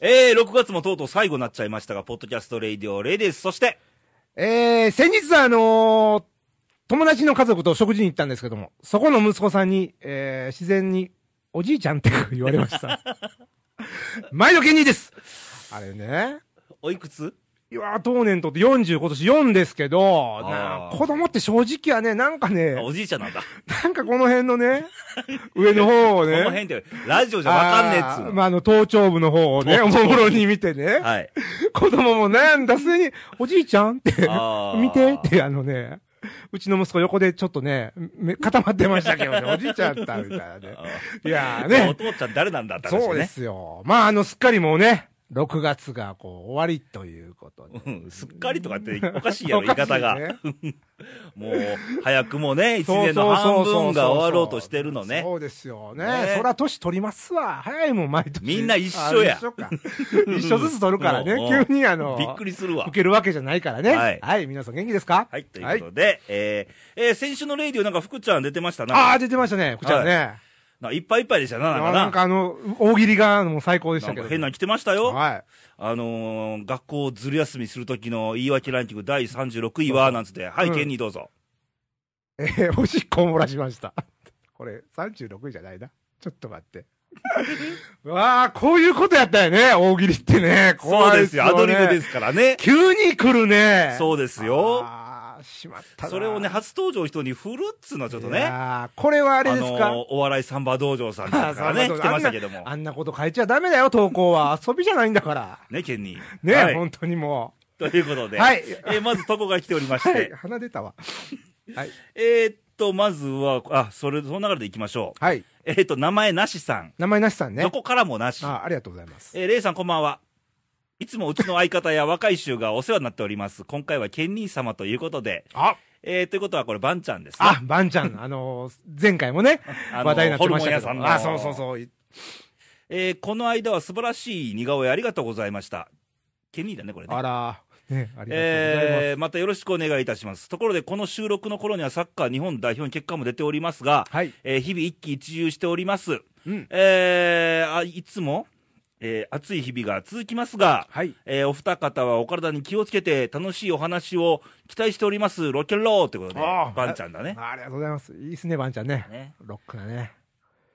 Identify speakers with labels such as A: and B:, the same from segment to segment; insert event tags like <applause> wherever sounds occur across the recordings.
A: えー、6月もとうとう最後になっちゃいましたが、ポッドキャストレイディオレイです。そして、
B: えー、先日はあのー友達の家族と食事に行ったんですけども、そこの息子さんに、えー、自然に、おじいちゃんって言われました。 <laughs> 前のケニーですあれね。
A: おいくつ
B: いやー、当年とって40、今年4ですけど、な
A: あー
B: 子供って正直はね、なんか
A: あ
B: ね、
A: おじいちゃん
B: <laughs>
A: なんだ。
B: なんかこの辺のね、上の方を
A: <laughs> こ
B: ね。
A: の辺って、ラジオじゃわかんねえっつ
B: あ
A: う
B: ー
A: の。
B: まあ、あの、頭頂部の方をね、おもむろに見てね、
A: はい。
B: <laughs> 子供も悩んだ末に、おじいちゃんって、
A: あー
B: 見てって、あのね、うちの息子横でちょっとね、め固まってました
A: <laughs>
B: けどね、おじいちゃんだったみたいなね
A: あ。
B: いやー
A: ーお
B: ね、
A: 父ちゃん誰なんだって話ね。
B: そうですよ。まあ、あの、すっかりもうね、6月がこう、終わりということで。
A: うん。すっかりとかっておかしいやろ、
B: <laughs> お
A: 言
B: か
A: い
B: しいね
A: 方が。 <laughs> もう、早くもね、一年の
B: そ
A: 半
B: うそうそうそう
A: 分が終わろうとしてるのね。
B: そうですよね。
A: ね
B: そら年取りますわ。早いもん、毎年。
A: みんな一緒や
B: あ一緒か。一緒ずつ取るから
A: <laughs> うんう
B: ね
A: ん。
B: 急にあの、
A: びっくりするわ
B: 受。けるわけじゃないからね。
A: は
B: はいい。皆さん元気ですか
A: はい、ということで、えー、えー先週のレイディオなんか福ちゃん出てました
B: あ
A: な。
B: あ、出てましたね、こちらね。
A: なんかいっぱいいっぱいでしたな、なんか
B: あ
A: な。
B: なんかあの、大喜利がもう最高でし
A: な
B: た
A: ん
B: け
A: か
B: ど。
A: 変なの来てましたよ。
B: はい。
A: あのー学校をずる休みするときの言い訳ランキング第36位は、なんつって、はい、
B: うん
A: ケンにどうぞ。
B: えー、おしっこを漏らしました。 <laughs> これ、36位じゃないな。ちょっと待って。 <laughs> わあ、こういうことやったよね、大喜利ってね。。
A: そうですよ、アドリブですすからね。
B: 急に来るね。
A: そうですよ。
B: ああ、しまったな
A: それをね、、初登場の人に振るっつうのはちょっと
B: い
A: ね、
B: やーこれはあ
A: あ
B: れです
A: の
B: か、
A: ーお笑いサンバ道場さんだから
B: あ
A: ね、
B: そうそう
A: 来てましたけども
B: あんな。あんなこと変えちゃダメだよ、投稿は。遊びじゃないんだから。
A: ね、ケンに。
B: ね、
A: はい
B: 本当にも
A: ということで、
B: はい
A: えーまずとこが来ておりまして、
B: う。はい、鼻出たわ。はい。
A: えーっと、まずは、あ、それ、その流れでいきましょう。
B: はい。
A: えーっと、名前なしさん。
B: 名前なしさんね
A: ど。こからもなし。
B: あありがとうございます。
A: えーレイさんこんばんは。いつもうちの相方や若い衆がお世話になっております。今回はケンニー様ということで、
B: あ
A: えーということはこれバンちゃんですね。
B: あ、バンちゃん、あのー、前回もね、
A: <laughs> あのー
B: 話題になってましたけ
A: ホルモン
B: ど。
A: 屋
B: あ、
A: さん
B: そ
A: の
B: うそうそう。
A: えーこの間は素晴らしい似顔絵ありがとうございました。ケンニーだね、これね。
B: あらー、ね、ありがとうございます。
A: えーまたよろしくお願いいたします。ところで、この収録の頃にはサッカー日本代表の結果も出ておりますが、
B: はい。
A: えー日々一喜一憂しております。
B: うん。
A: えーあいつも、えー暑い日々が続きますが、
B: はい。
A: えーお二方はお体に気をつけて楽しいお話を期待しております。ロケンローってことで、
B: あー
A: バンちゃんだね。
B: あありがとうございます。いいっすね、バンちゃんね。
A: ね
B: ロックなね。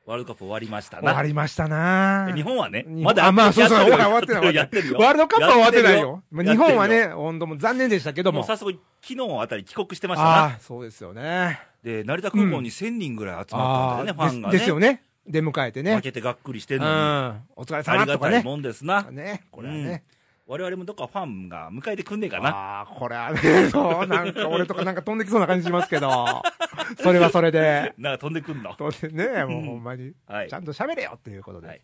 A: ワールドカップ終わりました
B: 終わ
A: な。
B: りましたなー
A: 日本はね、
B: 日本
A: まだ
B: あ、まあ、そうそう、終
A: や
B: わっ
A: って
B: て
A: るよ
B: ない。終わ
A: や
B: っ
A: ってて
B: な
A: る
B: い
A: よ。
B: ワールドカップは終わってない
A: や
B: よ。まあ
A: てる
B: 日
A: よ
B: 本は、ね、温度も残念でしたけど
A: も
B: も。
A: う早速、昨日あたり帰国してましたな。
B: ああ、そうですよね。
A: で、成田空港に1000人ぐらい集まったんだよね、
B: あ
A: ファン
B: ー
A: が
B: で
A: ね。
B: すよね。出迎えてね
A: 負。けてがっくりして
B: うんん。
A: のに。あ
B: お疲れ様
A: りが
B: とか
A: たい
B: ね。
A: もんですな。
B: ね、これは
A: うん
B: ね。
A: 我々もどっかファンが迎えてくんねえかな。
B: ああ、これはね、 <laughs> そう、なんか俺とかなんか飛んできそうな感じしますけど、 <laughs> それはそれで、
A: なんか飛んでくんの。
B: 飛んでね、もうほんまに、
A: はい
B: ちゃんと喋れよっていうこと
A: はい
B: で。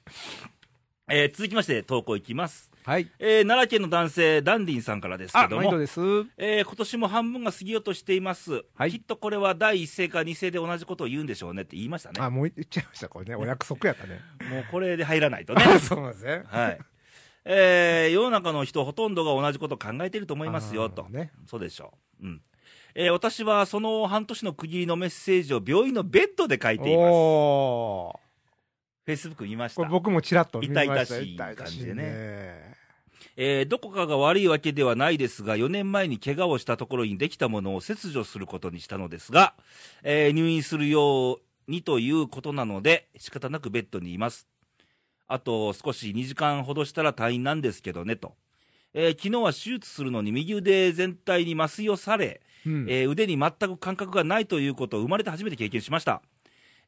A: えー続きまして、投稿いきます。
B: はい。
A: えー奈良県の男性、ダンディンさんからですけ
B: あ、
A: ど
B: 毎
A: も
B: 度。です。
A: えー今年も半分が過ぎようとしています、
B: はい
A: きっとこれは第一声か二声で同じことを言うんでしょうねって言いましたね、
B: あ、もう言っちゃいました、これね。お約束やったね。
A: もうこれで入らないとね、
B: あ <laughs> そうなんですね。
A: <laughs> はいえー世の中の人、ほとんどが同じことを考えていると思いますよと
B: あー、ね。
A: そうでしょう、うんえー私はその半年の区切りのメッセージを病院のベッドで書いています、
B: おー。
A: フェイスブック見まし
B: こ
A: た
B: れ、僕もちらっと見ました。
A: 痛々しい感じでね
B: 痛々しいね。
A: えーどこかが悪いわけではないですが、4年前に怪我をしたところにできたものを切除することにしたのですが、えー入院するようにということなので、仕方なくベッドにいます。あと少し2時間ほどしたら退院なんですけどねと。えー昨日は手術するのに右腕全体に麻酔をされ、
B: うん。
A: えー腕に全く感覚がないということを生まれて初めて経験しました、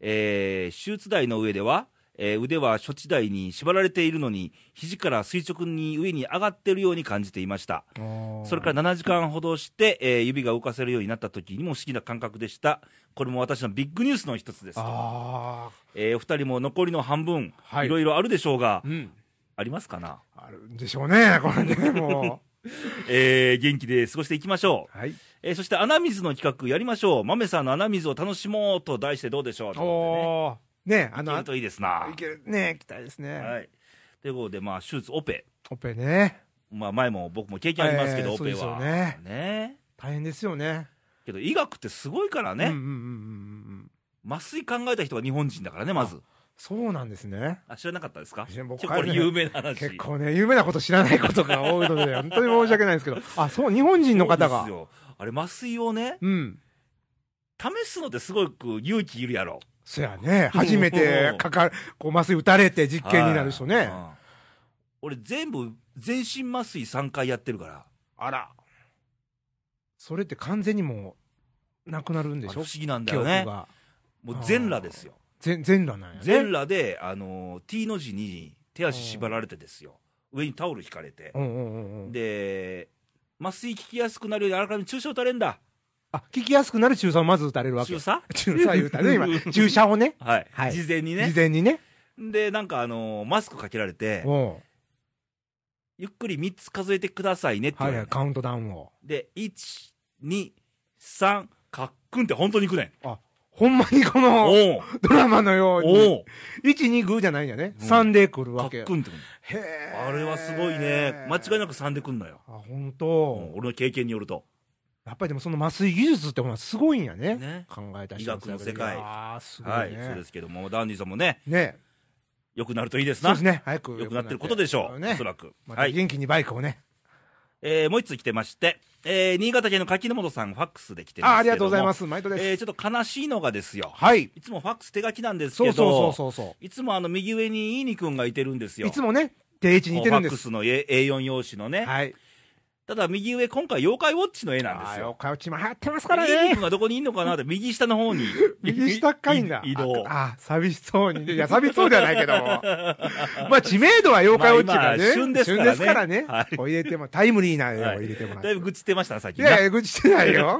A: えー手術台の上では、えー腕は処置台に縛られているのに肘から垂直に上に上がっているように感じていました
B: おー
A: それから7時間ほどして、えー指が動かせるようになった時にも不思議な感覚でしたこれも私のビッグニュースの一つですと、
B: あ
A: えーお二人も残りの半分、
B: はい
A: いろいろあるでしょうが
B: あ。うん。
A: ありますかな、
B: あるんでしょうね、これね、も
A: えー元気で過ごしていきましょう <laughs>
B: う。はい。
A: えーそして穴水の企画やりましょう。豆さんの穴水を楽しもうと題してどうでしょうというこ
B: おー。ね、あ
A: とでね。いけ
B: の
A: る、といいですな。
B: いけるね、行きたいですね。
A: はい。ということで、まあ、手術、オペ。
B: オペね、
A: まあ、前も僕も経験ありますけど、
B: えー
A: オペ
B: そ
A: は。
B: うですよね
A: ね
B: 大変ですよね。
A: けど、医学ってすごいから
B: うんう
A: ね。
B: んうんうんうんうん。
A: 麻酔考えた人が日本人だからね、まず。
B: そうなんですね。
A: あ、知らなかったですか
B: いや僕
A: 結構これ
B: 帰る
A: 有名な話。
B: 結構ね、有名なこと知らないことが多い
A: <laughs>
B: ので、本当に申し訳ないですけど。あ、そう、日本人の方
A: そう
B: が
A: です。よあれ、麻酔をね、
B: うん。
A: 試すのってすごく勇気いるやろ。
B: そやね。初めてかか、こう、麻酔打たれて実験になる人
A: はいう。
B: ね
A: ん俺、全部、全身麻酔3回やってるから。
B: あら。それって完全にもう、なくなるんで
A: あれ
B: し
A: 不
B: ょ
A: 思議なんだ
B: 記
A: よ
B: 憶
A: ね。
B: が。
A: もう全裸ですよ。
B: 全、全裸なんやね。
A: 全裸で、あのー、T の字に手足縛られてですよ。上にタオル引かれて。
B: うんうんうんうん。
A: で、麻酔効きやすくなるようにあらかじめ注射打たれんだ。
B: あ、聞きやすくなる注射をまず打たれるわけ
A: 注。射
B: <laughs> 注射言うたね、今。
A: <laughs>
B: 注射をね。
A: はい、
B: はい
A: 事前に
B: 事
A: ね。
B: 前にね。
A: で、なんかあのーマスクかけられて、
B: おう
A: ゆっくり3つ数えてくださいねって言わ
B: はい
A: れ
B: は
A: て
B: い、 <laughs> カウントダウンを。
A: で、1、2、3、かっくんって本当に行くねん。
B: ほんまにこの、
A: おう
B: ドラマのように。
A: おう
B: 1、2、グーじゃないんやね。
A: うん
B: 3で来る
A: かっ
B: わけ。へ
A: くんってくんの
B: え。
A: あれはすごいね。間違いなく3でくんのよ。
B: あ、ほん
A: うん
B: と。
A: 俺の経験によると。
B: やっぱりでもその麻酔技術ってものはすごいんやね。
A: ね。
B: 考えた人
A: 医学の世界
B: ああ、すご
A: はいい、そうで
B: ね。
A: すけども、ダンディさんもね、
B: ね。
A: 良くなるといいです
B: そう
A: な。
B: ですね。早く。
A: 良くなってることでしょう。お
B: ね
A: そ。らく。
B: ま
A: は
B: た
A: い。
B: 元気にバイクをね。
A: えーもう一つ来てまして、えー新潟県の柿本さん、ファックスで来てますけど
B: あ
A: も。。
B: ありがとうございますす。毎度
A: えー
B: です。
A: ちょっと悲しいのがですよ。
B: はい。
A: いつもファックス手書きなんですけ
B: そ
A: ど、
B: うそうそうそう。
A: いつもあの、右上にいいにくんがいてるんですよ。
B: いつもね、定位置にいてるんで
A: ファック
B: す。
A: スの A- A4 用紙のね。
B: はい。
A: ただ右上、今回、妖怪ウォッチの絵なんで
B: あ
A: す
B: ー
A: よ。
B: よ。かよちも流行ってますから
A: でリー
B: ね
A: 君。がどこにいんのかなって、右下の方に。
B: <laughs> 右下かいんだ。
A: 移動。
B: あ、あ寂しそうにね。いや、寂しそうではないけど
A: <laughs>
B: も。まあ、知名度は妖怪ウォッチが
A: まあ
B: ね。
A: 今旬ですからねは
B: はいい。入れても、タイムリーな絵を
A: はい
B: 入れてもらっ
A: だ
B: て。
A: いぶ愚痴ってましたね、さっき
B: い
A: ね。
B: やいや、愚痴してな
A: <laughs>
B: いよ。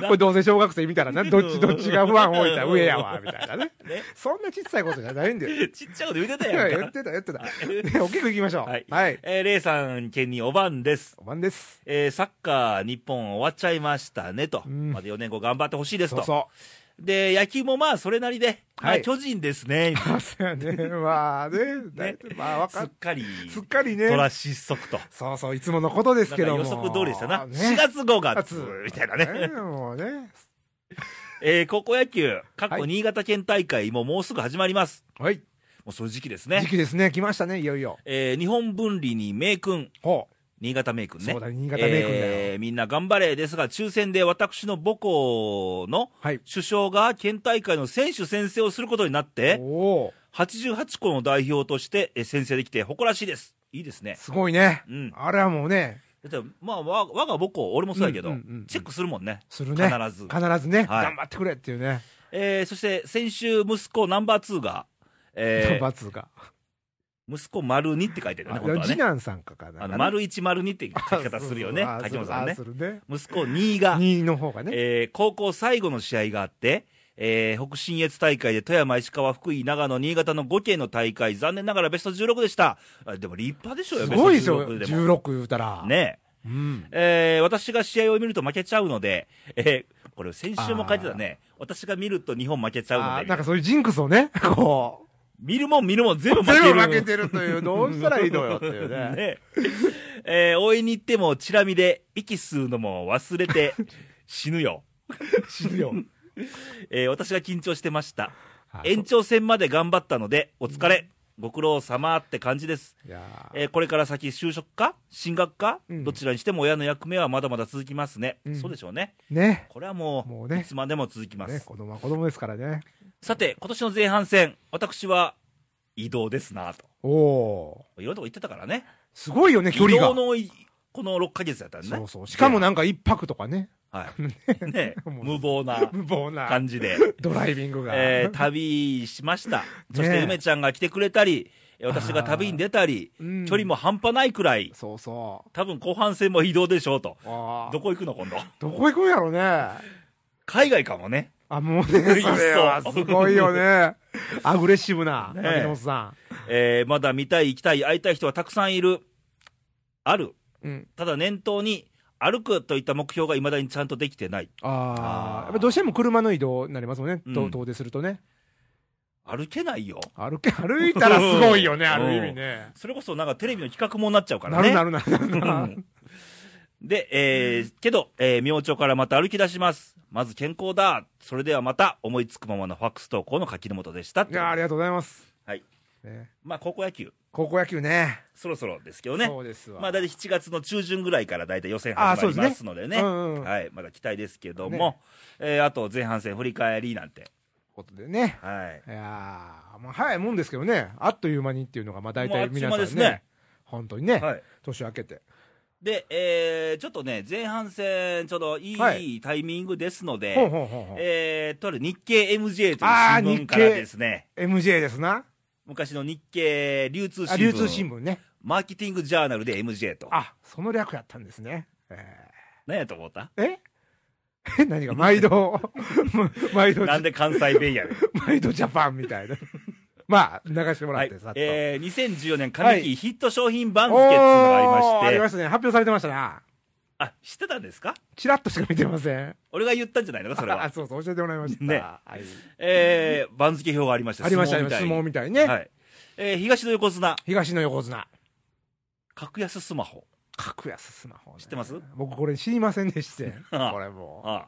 B: これどうせ小学生見たらな、どっちどっちが不安多いたら上やわ、みたいなね。
A: ね
B: そんなちっさいことじゃないんだ
A: <laughs>
B: よ。
A: ちっちゃいこと言ってた
B: いや言
A: やん
B: っ
A: か。
B: てた、言ってた。ね大きくいきましょう。
A: は
B: はいい。
A: えー、レイさん、県におばんです。
B: おばんです。
A: えー、サッカー、日本終わっちゃいましたね、と。
B: うん
A: まだ4年後頑張ってほしいです
B: そ
A: と。
B: うそ
A: で、野球もまあ、それなりで。まあ
B: はい
A: 巨人ですね。
B: う。まあ、そうやね。まあね、だいまあ、わ
A: す
B: か
A: っ
B: っ、
A: かり、
B: すっかりね。
A: 虎失速と。
B: そうそう、いつものことですけども。
A: なんか予測通りでしたな。
B: ね
A: 4月5月
B: 夏、
A: みたいなね。
B: もうね。
A: えー、高校野球、過
B: は
A: 去
B: い
A: 新潟県大会、もうもうすぐ始まります。
B: はい。
A: もうそういう時期です
B: 時
A: ね。
B: 期ですね。来ましたね、いよいよ。
A: えー、日本分離に名君、
B: ほ
A: 新潟名君
B: う。
A: ね。
B: そうだ、新潟名君だよ。
A: えーみんな頑張れですが、抽選で私の母校の
B: はい。
A: 首相が県大会の選手宣誓をすることになって、
B: おお
A: 88校の代表としてえー宣誓できて誇らしいです。いいですね。
B: すごいね。
A: うん。
B: あれはもうね、
A: だってまあ、わ我が母校、俺もそうやけど、
B: うんうんうんうん
A: チェックするもんね。
B: するね。
A: 必ず。
B: 必ずね、
A: はい
B: 頑張ってくれっていうね。
A: えーそして先週、息子ナンバー2が、えー
B: バツが。
A: 息子丸2って書いてるよね、
B: あ
A: 本当は
B: 次
A: ね。
B: 男さんかかな。
A: あの、丸1丸2って書き方するよね、
B: あ
A: 柿本さんね
B: す。るね。
A: 息子2が、
B: 2の方がね。
A: えー高校最後の試合があって、えー北信越大会で富山、石川、福井、長野、新潟の5県の大会、残念ながらベスト16でした。あでも立派でしょうよ、
B: すごいですよ、
A: ベスト16でも。
B: 16言うたら。。
A: ね
B: うん。
A: ええー私が試合を見ると負けちゃうので、えーこれ先週も書いてたね。私が見ると日本負けちゃうの
B: あ
A: で
B: ー、なんかそういうジンクスをね、こう。
A: 見るもん見るもん全部負け
B: ゼ
A: る。
B: ロ負けてるという、どうしたらいいのよっていうね。
A: ねえー応援に行ってもチラ見で息吸うのも忘れ
B: <laughs>
A: て死ぬよ。
B: 死ぬよ。
A: えー私が緊張してました。延長戦まで頑張ったので、お疲れ、ご苦労様って感じです。
B: いやー
A: えーこれから先、就職か、進学か、
B: うん
A: どちらにしても親の役目はまだまだ続きますね、
B: うん
A: そうでしょうね、
B: ね。
A: これはもう、
B: もうね
A: いつまでも続きます。
B: ね、子供は子供ですからね。
A: さて、今年の前半戦、私は移動ですなと、
B: おお
A: いろんなとこ行ってたからね、
B: ー。すごいよね、距離
A: 移動
B: が。
A: のいこの6ヶ月だったんね、
B: そうそう。しかもなんか一泊とか <laughs> ね。
A: はい、ね
B: もう
A: 無謀な
B: 無謀な
A: 感じ
B: <laughs>
A: で。
B: ドライビングが。
A: えー旅しました、そして
B: ねえ
A: 梅ちゃんが来てくれたり、私が旅に出たり、
B: うん
A: 距離も半端ないくらい、
B: そうそ
A: 多分後半戦も移動でしょうと、
B: う。あー
A: どこ行くの、今度、
B: どこ行くんやろね。
A: 海外かもね、
B: あ、もうね、それは
A: そう
B: すごいよね。アグレッシブな、
A: ね
B: 牧野さ
A: えーまだ見たい、行きたい、会いたい人はたくさんいる、ある、
B: ん。うん。
A: ただ念頭に、歩くといった目標がいまだにちゃんとできてない、
B: あ
A: あ
B: あ
A: ー。
B: やっぱどうしても車の移動になりますもんね。
A: う
B: と
A: ん
B: 遠出するとね。
A: 歩けないよ、
B: 歩け、歩いたらすごいよね、
A: うん
B: ある意味ね。
A: それこそなんかテレビの企画もなっちゃうから
B: な
A: ね。
B: るなるなるな
A: う
B: る。
A: んで、えー、けど、えー、明朝からまた歩き出します。まず健康だ。それではまた、思いつくままのファックス投稿の書きのもとでした。
B: いやありがとうございます。ね。
A: まあ、高校野球、
B: 高校野球ね。
A: そろそろですけどね。
B: そうですわ。
A: まあ、大体7月の中旬ぐらいから大体予選
B: あー
A: 始
B: そ
A: まり
B: うですね
A: ますのでね。
B: うんうん
A: はい。まだ期待ですけども、
B: ね
A: えーあと前半戦振り返りなんて。
B: ことでね。
A: はい。
B: いやー、まあ早いもんですけどね。あっという間にっていうのが、まあ大
A: もうあ
B: 体
A: っちゅう
B: 皆
A: 間
B: さん
A: で
B: ね。
A: すね
B: 本当にね、
A: はい。
B: 年明けて。
A: で、えーちょっとね、前半戦、ちょうどい
B: はい
A: タイミングですので、
B: ほうほうほうほう。
A: えーとある日経 MJ と
B: あー
A: いう新聞からですね、
B: MJ ですな。
A: 昔の日経流通新
B: あ
A: 聞
B: 流通新聞ね。
A: マーケティングジャーナルで MJ と。
B: あ、その略やったんですね。え
A: 何やと思った
B: ーえ <laughs> え何が
A: <laughs>
B: 毎度、毎度、
A: なんで関西弁や
B: <laughs>
A: ねん
B: 毎度ジャパンみたいな。まあ、流してもら
A: は
B: っ
A: い
B: て、さっ。と。
A: えー、2014年
B: は
A: 上期
B: い
A: ヒット商品番付っていうのがありま
B: おーあ
A: して、
B: りましたね。発表されてましたな。
A: あ、知ってたんですか
B: チラッとしか見てません。
A: 俺が言ったんじゃないのか、それ
B: あ、
A: は。
B: <laughs> そうそう、教えてもらいました。
A: ね
B: はい
A: えー、番付表がありました。
B: ありました
A: 相撲
B: ね。
A: みたい
B: 相
A: に
B: 撲みたいにね。
A: はい。えー、東の横綱、
B: 東の横綱。
A: 格安スマホ。
B: 格安スマホ、ね。
A: 知ってます
B: 僕これ知りませんでして。
A: <laughs> あ
B: これも
A: あ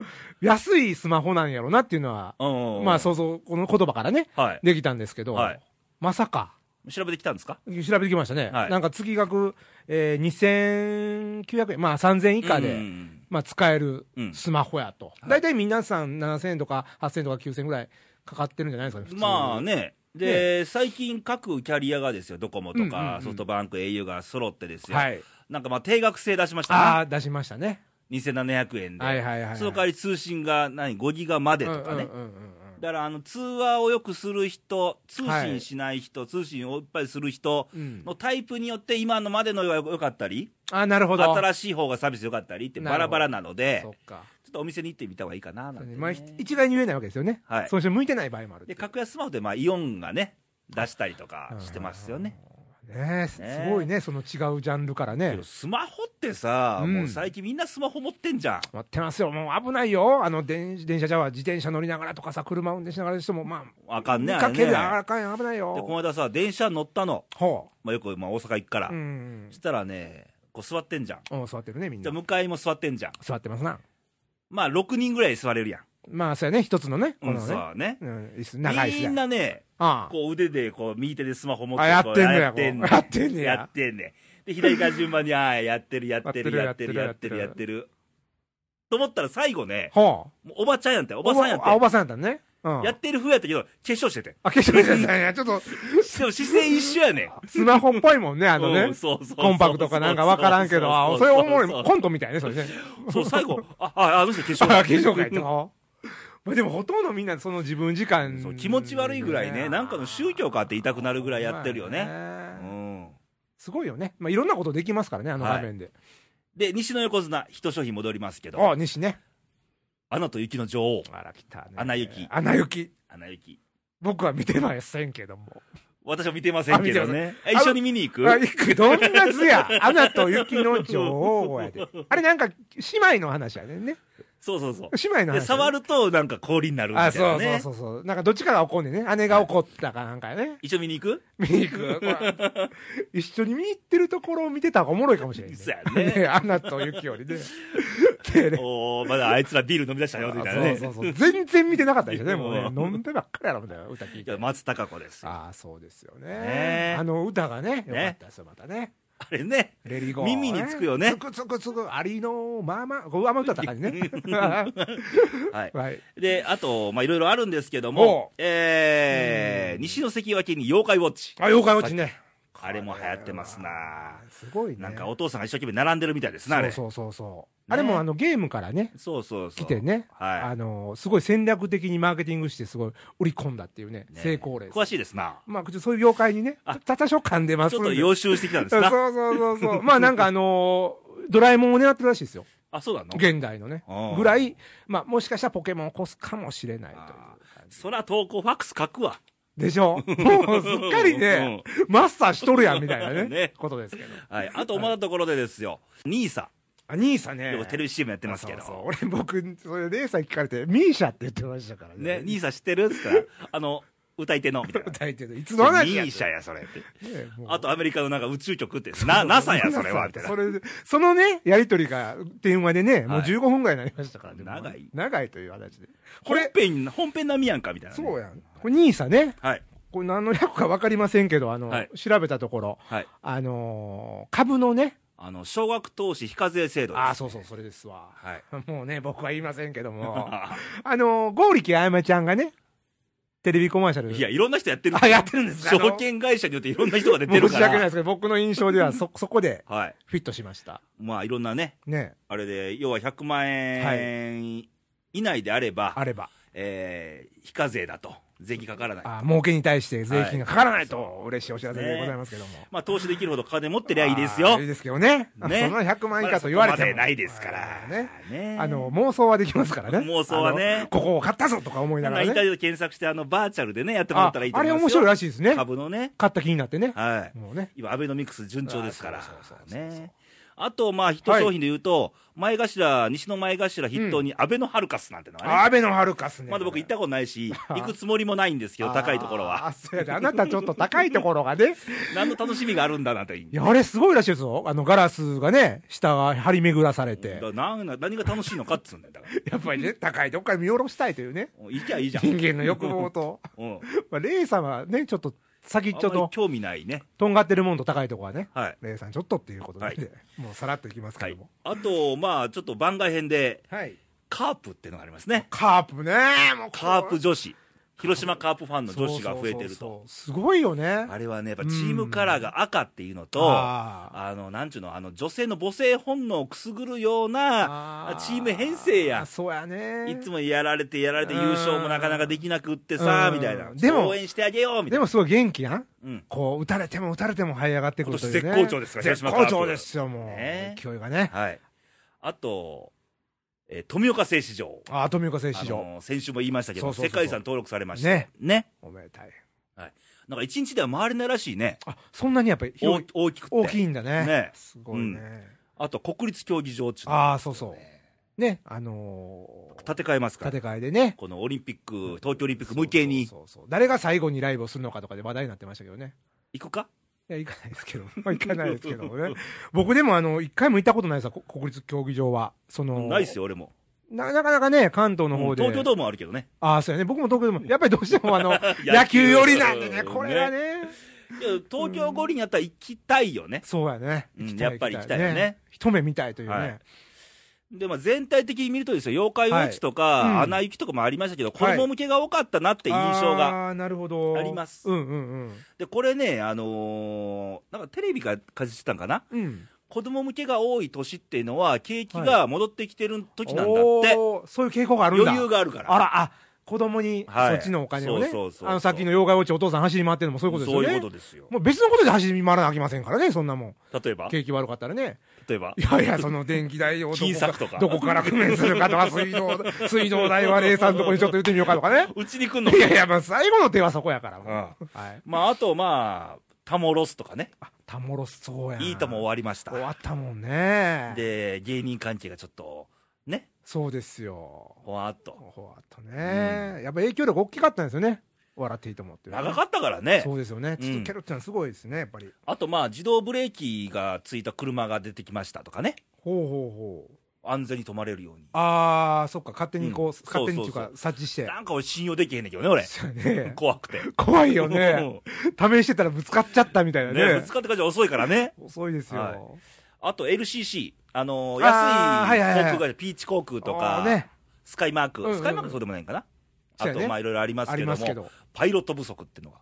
B: う。安いスマホなんやろなっていうのは、
A: あうん。
B: まあ想像、この言葉からね、
A: う。はい。
B: できたんですけど、
A: はい
B: まさか、
A: 調べてきたんですか
B: 調べてきましたね。
A: はい
B: なんか月額、えー、2900円、まあ3000以下で、
A: うん
B: まあ使える
A: うん
B: スマホやと。
A: い
B: 大体皆さん7000円とか8000円とか9000円ぐらいかかってるんじゃないですかね、普通
A: まあね。で、最近各キャリアがですよ、ドコモと
B: うんうん
A: か
B: うん
A: ソフトバンク、au が揃ってですよ。
B: はい。
A: なんかまあ定額制出しました
B: あ
A: な。
B: あ、出しましたね。
A: 2700円で。
B: はいはいはいはい。
A: その代わり通信が何5ギガまでとかね
B: うん。うんうんうんうん
A: だからあの通話をよくする人、通信しない人、通信をいっぱいする人
B: うん
A: のタイプによって、今のまでのが良かったり、
B: あなるほど。
A: 新しい方がサービス良かったりってバラバラなので、
B: そっか。
A: ちょっとお店に行ってみた方がいいかななんてね、
B: まあ、ひ一概に言えないわけですよね。
A: はい
B: その人向いてない場合もあるっ
A: で
B: ていう。
A: 格安スマホでまあイオンがね、出したりとかしてますよね。
B: ねえす
A: ねえ
B: すごいね、その違うジャンルから
A: け
B: ね
A: ど。スマホってさ、
B: うん
A: もう最近みんなスマホ持ってんじゃん。
B: 待ってますよ。もう危ないよ。あの、電電車じゃわ、自転車乗りながらとかさ、車運転しながらでしても、ま
A: あ
B: あ、
A: かんね、
B: 見
A: あ
B: か
A: れ
B: け
A: ね。
B: る
A: で、
B: あかんよ、危ない
A: こ
B: よ。
A: の間さ、電車乗ったの。
B: ほ
A: まあ、よくまあ大阪行くから。
B: う。うん
A: そし。たらね、こう座ってんじゃん。
B: うん、座ってるね、みん
A: じ
B: な
A: ゃ。向かいも座ってんじゃん。
B: 座ってますな。
A: まあ、6人ぐらいで座れるやん。
B: まあ、そうやね、一つのね、こ
A: うん、
B: のね。
A: そうね。
B: うん、椅子、長い椅子
A: みん
B: や。
A: なね、
B: ああ。
A: こう腕でこう右手でスマホ持って
B: あやってんねや
A: こう
B: こう <laughs> やってんねや
A: やってんねで、左から順番に、ああ、やってる、やってる、や
B: や
A: っ
B: ってて
A: る、
B: る
A: や
B: や
A: っ
B: ってて
A: る、
B: る
A: やってる。と思ったら最後ね、
B: ほう。
A: もうおばちゃんやんて、おばさんやんて
B: あ、。おばさんやったね。うん。
A: やってる風やったけど、化粧してて。
B: あ、化粧してたんや。ちょっと、
A: でも姿勢一緒やねん。
B: スマホっぽいもんね、あの
A: う
B: ね
A: ん。そうそうそう
B: コンパクトかなんかわからんけど、あ、それおもろい、コントみたいね、それね。
A: そう、最後、あ、あ、あの人化
B: <laughs> あ、
A: 粧
B: 化粧会とか。まあでもほとんどみんなその自分時間。
A: そう気持ち悪いぐらいね、なんかの宗教かって言いたくなるぐらいやってるよね。
B: まあ
A: う
B: ね
A: ん。
B: すごいよね。まあいろんなことできますからね、あの画面で。
A: で、西の横綱、一商品戻りますけど、
B: あ、西ね。
A: アナと雪の女王、
B: あら、来たね。
A: アナ雪
B: アナ雪。
A: アナ雪。
B: 僕は見てませんけども。
A: 私は見てませんけどね。え一緒に見に行く
B: あ、いく、どんな図や。アナと雪の女王やで。あれなんか、姉妹の話やねんね。
A: そうそうそう。
B: 姉妹の
A: で、
B: 話。
A: 触るとなんか氷になるみた
B: あ、
A: い
B: そ
A: な
B: うそう
A: ね
B: そ。うそう。なんかどっちかが怒んねんね。姉が怒ったかなんかね。
A: 一緒見に行く
B: 見に行く。これ一緒に見に行ってるところを見てた方がおもろいかもしれん、
A: そうやね
B: <laughs> アナと雪よりね。でね
A: おー、まだあいつらビール飲み出したよ、みたいなね。
B: そうそうそう。全然見てなかったでしょね。もう
A: う
B: ね。飲んでばっかりやろ、みたいな歌聞い
A: いや
B: て。
A: 松たか子ですよ。
B: ああ、そうですよ
A: ね
B: ね。あの歌がね、よかったですよ、またね。
A: あれね。
B: レリゴー。
A: 耳につくよね
B: つくつくつく、ありのまま、こうあんま歌った感
A: <laughs>
B: じね。は
A: はい。
B: い。
A: で、あと、まあ、いろいろあるんですけど
B: ほ
A: も、えー、西の関脇に妖怪ウォッチ。
B: あ、妖怪落ちね。
A: あれも流行ってますな。
B: すごいね。
A: なんかお父さんが一生懸命並んでるみたいですな、あれ。そう
B: そうそうそうそう。あれもあのゲームからね、
A: そうそう。
B: 来てね、
A: は
B: あのすごい戦略的にマーケティングして、すごい売り込んだっていうね、
A: い。ね
B: 成功例
A: 詳しいですな。
B: まあ、ちょっとそういう業界にね、
A: あ
B: たた多少噛んでま
A: ち
B: す
A: ょ
B: ん
A: っと
B: で。
A: 予習してきたんです
B: そう
A: な。
B: そうそうそう。まあなんかあ
A: <laughs>
B: のードラえもんを狙ってるらしいですよ。
A: あ、そうなの
B: 現代のね
A: あー。
B: ぐらい、まあもしかしたらポケモンを越すかもしれないという
A: あ
B: 感じ。
A: そら投稿ファックス書くわ。
B: でし
A: <laughs>
B: ょもうすっかりね、マスターしとるやんみたい
A: <laughs>
B: な
A: ね
B: ね、ことですけど。
A: はい。あと、思ったところでですよ。ニーサ。
B: あ、兄さんね
A: よ。くテレビ CM やってますけ
B: そうそう
A: ど。
B: 俺僕、それ、レイさん聞かれて、ミーシャって言ってましたから
A: ね
B: ね。、
A: ニーサ知ってるっつっ
B: <laughs>
A: たら、あの、歌い手の、みたいな。
B: 歌い手でいつの話
A: ニ
B: や
A: ーシャや、それって。
B: ねもう
A: あとアメリカのなんか宇宙局って、な、NASA や、それは、みたいな
B: <laughs> そ。れでそのね、やりとりが、電話でね、もう15分ぐらいになりましたからね。
A: 長い
B: もう長いという話で。こ
A: 本
B: れ、
A: 編、本編並みやんか、みたいなね。
B: そうやん。これ、兄さんね。
A: はい。
B: これ何の略か分かりませんけど、あの、
A: はい
B: 調べたところ、
A: はい。
B: あのー株のね、
A: あの、少額投資非課税制度です。
B: ああ、そうそう、それですわ。 <laughs>
A: はい。
B: もうね、僕は言いませんけど
A: <laughs>
B: も、あのー、剛力あやめちゃんがね、テレビコマーシャル、
A: いや、いろんな人やってる。
B: あ、やってるんですか
A: 証券会社によっていろんな人が出て
B: 申
A: る
B: し
A: か
B: 訳ないで
A: ら。
B: すけど、僕の印象ではそ、そこで
A: はい。
B: フィットしました。
A: まあ、いろんなね、
B: ね、
A: あれで、要は100万円以内であれば、
B: あれば。
A: えー非課税だと。税金かからない。
B: あ儲けに対して税金がかからないと、
A: は
B: 嬉しいお知らせでございますけども。
A: まあ、投資できるほど金持ってりゃいいですよ
B: あーいい。ですけどね。
A: ね
B: その100万以下と言われ
A: まだそ
B: ても。
A: こまでないですから。
B: あーね。
A: ね
B: あの、妄想はできますからね。
A: 妄想はね
B: あのここを買ったぞとか思いな
A: なん
B: が
A: かイ
B: ら
A: ンターネ
B: ね。
A: ットで検索して、あの、バーチャルでね、やってもら
B: あ
A: ったらいいと
B: あ
A: 思い
B: れ
A: ますよ。
B: 面白いらしいですね。
A: 株のね。
B: 買った気になってね。
A: はい。
B: もうね。
A: 今、アベノミクス順調ですから
B: あそうそうそう。そう
A: ね。あと、まあ、ヒット商品で言うと、前頭、西の前頭筆頭に、アベノハルカスなんてのは
B: ア
A: ね、
B: ベノハルカスね。
A: まだ僕行ったことないし、
B: あ
A: 行くつもりもないんですけど、高いところ
B: あ
A: は。
B: ーそうやであなたちょっと高いところがね。
A: 何の楽しみがあるんだなんて。
B: いや、あれすごいらしいですよ。あの、ガラスがね、下が張り巡らされ
A: だ
B: て
A: か。らなんな何が楽しいのかっつうんだよ。だから
B: やっぱりね、高いとこから見下ろしたいというね。
A: 行きゃいいじゃん。
B: 人間の欲望と。
A: うん。
B: まあ、レイさんはね、ちょっと、先っち
A: ちょ
B: ょ
A: っ
B: っ
A: と
B: と、
A: 興味ないね。
B: とんがってるもんと高いとこはね、
A: はい。
B: レイさんちょっとっていうことなんで、
A: は
B: もうさらっといきますけども。
A: あと、まあ、ちょっと番外編で、
B: はい。
A: カープっていうのがありますね。
B: カープね、もうこう
A: カープ女子。広島カープファンの女子が増えて
B: そうそう
A: る
B: そ
A: と。
B: うそうすごいよね。
A: あれはね、やっぱチームカラーが赤っていうのと、
B: あー
A: あの、なんちゅうの、あの、女性の母性本能をくすぐるような、
B: ー
A: チーム編成や
B: あ。そうやね。
A: いつもやられてやられて優勝もなかなかできなくってさ、
B: うん
A: みたいな。
B: でも
A: 応援してあげよう、みた
B: で
A: いな。
B: もすごい元気やん。
A: うん。
B: こう、打たれても打たれても這い上がってくるという、ね。
A: 今年絶好調ですから広
B: 絶
A: 島カープ
B: 好調ですよ、もう。
A: ね
B: 勢いがね。
A: はい。あと、えー富岡製糸場。
B: あー、富岡製糸
A: あ
B: 場。
A: のー先週も言いましたけ
B: そ
A: ど、
B: うそうそ
A: 世
B: うそう
A: 界遺産登録されました。
B: ね。
A: ね。
B: おめでたい。
A: なんか一日では回れないらしいね。
B: あ、そんなにやっぱり
A: 大
B: 広い、
A: 大きくて。
B: 大きいんだね。
A: ね
B: すごいね。
A: うあと国立競技場っていうの
B: ああ、そうそう。ね、あのー、
A: 建て替えますから。
B: 建て替えでね。
A: このオリンピック、東京オリンピック、向けに
B: そうそうそうそう誰が最後にライブをするのかとかで話題になってましたけどね。
A: 行くか
B: いや、行かないで
A: <laughs>
B: すけど。まあ、行かないですけどもね。僕でも、あの、一回も行ったことないですわこ国立競技場は。その、
A: ないっすよ、俺も。
B: ななかなかね、関東の
A: うん
B: 方で。
A: 東京ドームはあるけどね。、
B: ああ、そうやね。僕も東京でも、やっぱりどうしても、あの
A: <laughs>
B: 野球寄りなんでね、
A: 野球
B: これがね。
A: いや東京五輪やったら行きたいよね。
B: そうやね。
A: うん
B: 行きたい
A: やっぱり行きたいよね
B: 一目見たいというね。
A: はいで、まあ全体的に見るとですよ、妖怪ウォッチとか、
B: はいうん
A: アナ雪とかもありましたけど、子
B: はい
A: 供向けが多かったなって印象が。
B: ああ、なるほど。
A: あります
B: うんうん
A: で、これね、あのーなんかテレビが風してたんかな
B: うん。うん。
A: 子供向けが多い年っていうのは、景気が戻ってきてる時なんだって。
B: おーそういう傾向があるんだ。
A: 余裕があるから。
B: あら、あ、子供に、
A: はい
B: そっちのお金をね。
A: そうそうそうそう
B: あの、さっきの妖怪ウォッチお父さん走り回ってるのもそういうことですよね。
A: そういうことですよ。
B: もう別のことで走り回らなきゃいけませんからね、そんなもん。
A: 例えば、
B: 景気悪かったらね。
A: 例えば
B: い、やいや、その電気代をどこ
A: 金策とか
B: どこから工面するかと
A: <laughs>
B: か、水道、水道代はレイさんのとこにちょっと言ってみようかとかね。
A: うちに来んの
B: いやいや、まあ最後の手はそこやから。
A: うん
B: はい。
A: まあ、あと、まあ、タモロスとかね、
B: あ、たもろそうやな。
A: いいとも終わりました
B: 終。わったもんね。
A: で、芸人関係がちょっと、ね、
B: そうですよ。
A: ほわっと。
B: 終わったね。やっぱ影響力大きかったんですよね。笑っていいと思って。
A: 長かったからね
B: そ。うですよね。
A: うん
B: 続けるってのはすごいですね、やっぱり。
A: あと、まあ、自動ブレーキがついた車が出てきましたとかね。
B: ほうほうほう。
A: 安全に止まれるように。
B: あー、そっか、勝手にこう、
A: うん
B: 勝手にっていう
A: そう
B: か
A: そ、
B: 察知
A: <laughs>
B: して。
A: なんか俺信用できへんねんけどね、俺。
B: そうやね
A: 怖くて。
B: 怖
A: <laughs>
B: いよね。
A: も
B: 試してたらぶつかっちゃったみたいうな
A: ね、
B: ね
A: ぶつ。かってからじゃ遅いからね。
B: 遅いです
A: はい
B: よ。
A: あと LCC。あのー、
B: あーはいはい
A: 安い
B: はい
A: 航空会社、ピーチ航空と
B: あー
A: か
B: ね、、
A: スカイマー
B: うんうん
A: ク。スカイマークそうでもないんかな。
B: そ
A: あ
B: うやね
A: と、まあ、いろいろあります
B: あ
A: け
B: り
A: ど
B: ますけ
A: も、
B: ど。
A: パイロット不足っていうのが。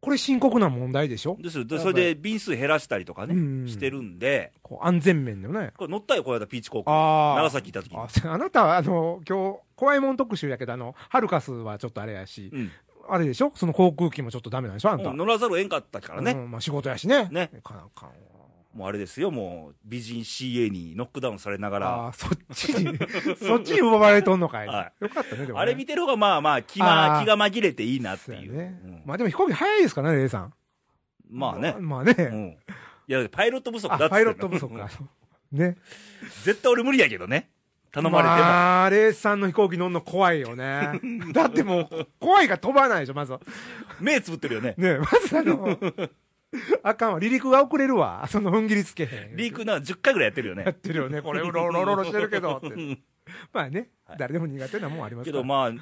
B: これ深刻な問題でしょ
A: ですよでそれで便数減らしたりとか
B: うんう
A: ね、
B: ん
A: してるんで、
B: こう安全面のね。
A: これ乗ったよ、この間、ピーチ航空。
B: あー
A: 長崎行った時に
B: あ。そうあなたは、あの、今日、怖いもん特集やけど、あの、ハルカスはちょっとあれやし、
A: うん
B: あれでしょその航空機もちょっとダメなんでしょあんた。
A: うん乗らざるを得んかったから
B: う
A: ね。
B: んまあ仕事やしね。
A: ね
B: かなかんわ
A: もうあれですよ、もう、美人 CA にノックダウンされながら。
B: ああ、そっちに、 <laughs> そっちに奪われとんのかい。
A: は
B: よかったね、でも、ね。
A: あれ見てる方が、まあまあ、気
B: あ
A: ま、
B: ー
A: 気が紛れていいなって
B: そうや
A: いう。
B: ね
A: うん
B: まあでも飛行機早いですからね、レイさん。
A: まあね。
B: まあね。
A: うん。いや、パイロット不足だっつって
B: あ、
A: んの
B: パイロット不足か。。ね。
A: <laughs> 絶対俺無理やけどね。頼まれても。
B: まあ、レイさんの飛行機乗んの怖いよね。
A: <laughs>
B: だってもう、怖いが飛ばないでしょ、まずは。
A: 目つぶってるよね。
B: ねまずあの、あかんわ。離陸が遅れるわ。その踏ん切りつけへん。
A: リークなんか10回ぐらいやってるよ
B: やっ
A: ね。
B: てるよね。これ、うろう
A: <laughs>
B: ろうろうろしてるけどって
A: ん。
B: まあね
A: はい、
B: 誰でも苦手なもんありま
A: け
B: すから
A: ど。まあ、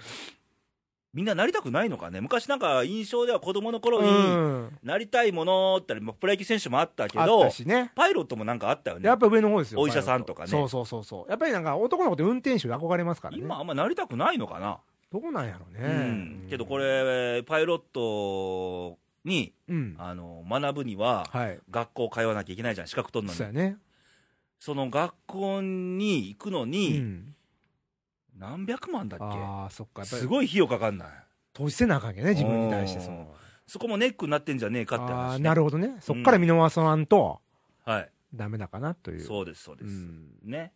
A: みんななりたくないのかね、昔なんか印象では子供の頃
B: う
A: に、
B: ん。
A: なりたいものって言ったらまあプロ野球選手もあったけ
B: あっ
A: ど
B: た、しね。
A: パイロットもなんかあったよね
B: や、っぱ上の方ですよ。
A: お医者さんとかね
B: そうそうそうそう。やっぱりなんか男の子って運転手で憧れますからね。
A: 今、あんまなりたくないのかな、
B: どこなんやろうね。
A: うん、けどこ。れ、パイロットに
B: うん。
A: あの学ぶには、
B: はい。
A: 学校通わなきゃいけないじゃん、資格取るの
B: そうや
A: に、
B: ね。
A: その学校に行くの
B: う
A: に、
B: ん。
A: 何百万だっけ、
B: ああ、そっか。やっぱ
A: す
B: り
A: ごい費用かかんない。
B: 投資せなあかんけどね、自分に対してその。
A: うんそこもネックになってんじゃねえかって
B: ああ
A: 話、ね、
B: ー、なるほどね。そっから見逃さんと、
A: はい、
B: ダメだかなという。
A: そうです、そうです、
B: うん
A: ね、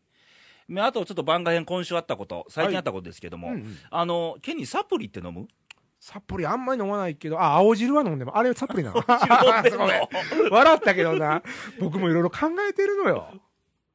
A: まああとちょっと番外編、今週あったこと、最近あったことですけども、
B: うんうん
A: あのケニー、サプリって飲
B: <laughs>
A: む
B: サプリあんまり飲まないけど、あ、青汁は飲んでも、あれサプ
A: <laughs>
B: リなの
A: 飲んでんの
B: 笑ったけどな、僕もいろいろ考えてるのよ。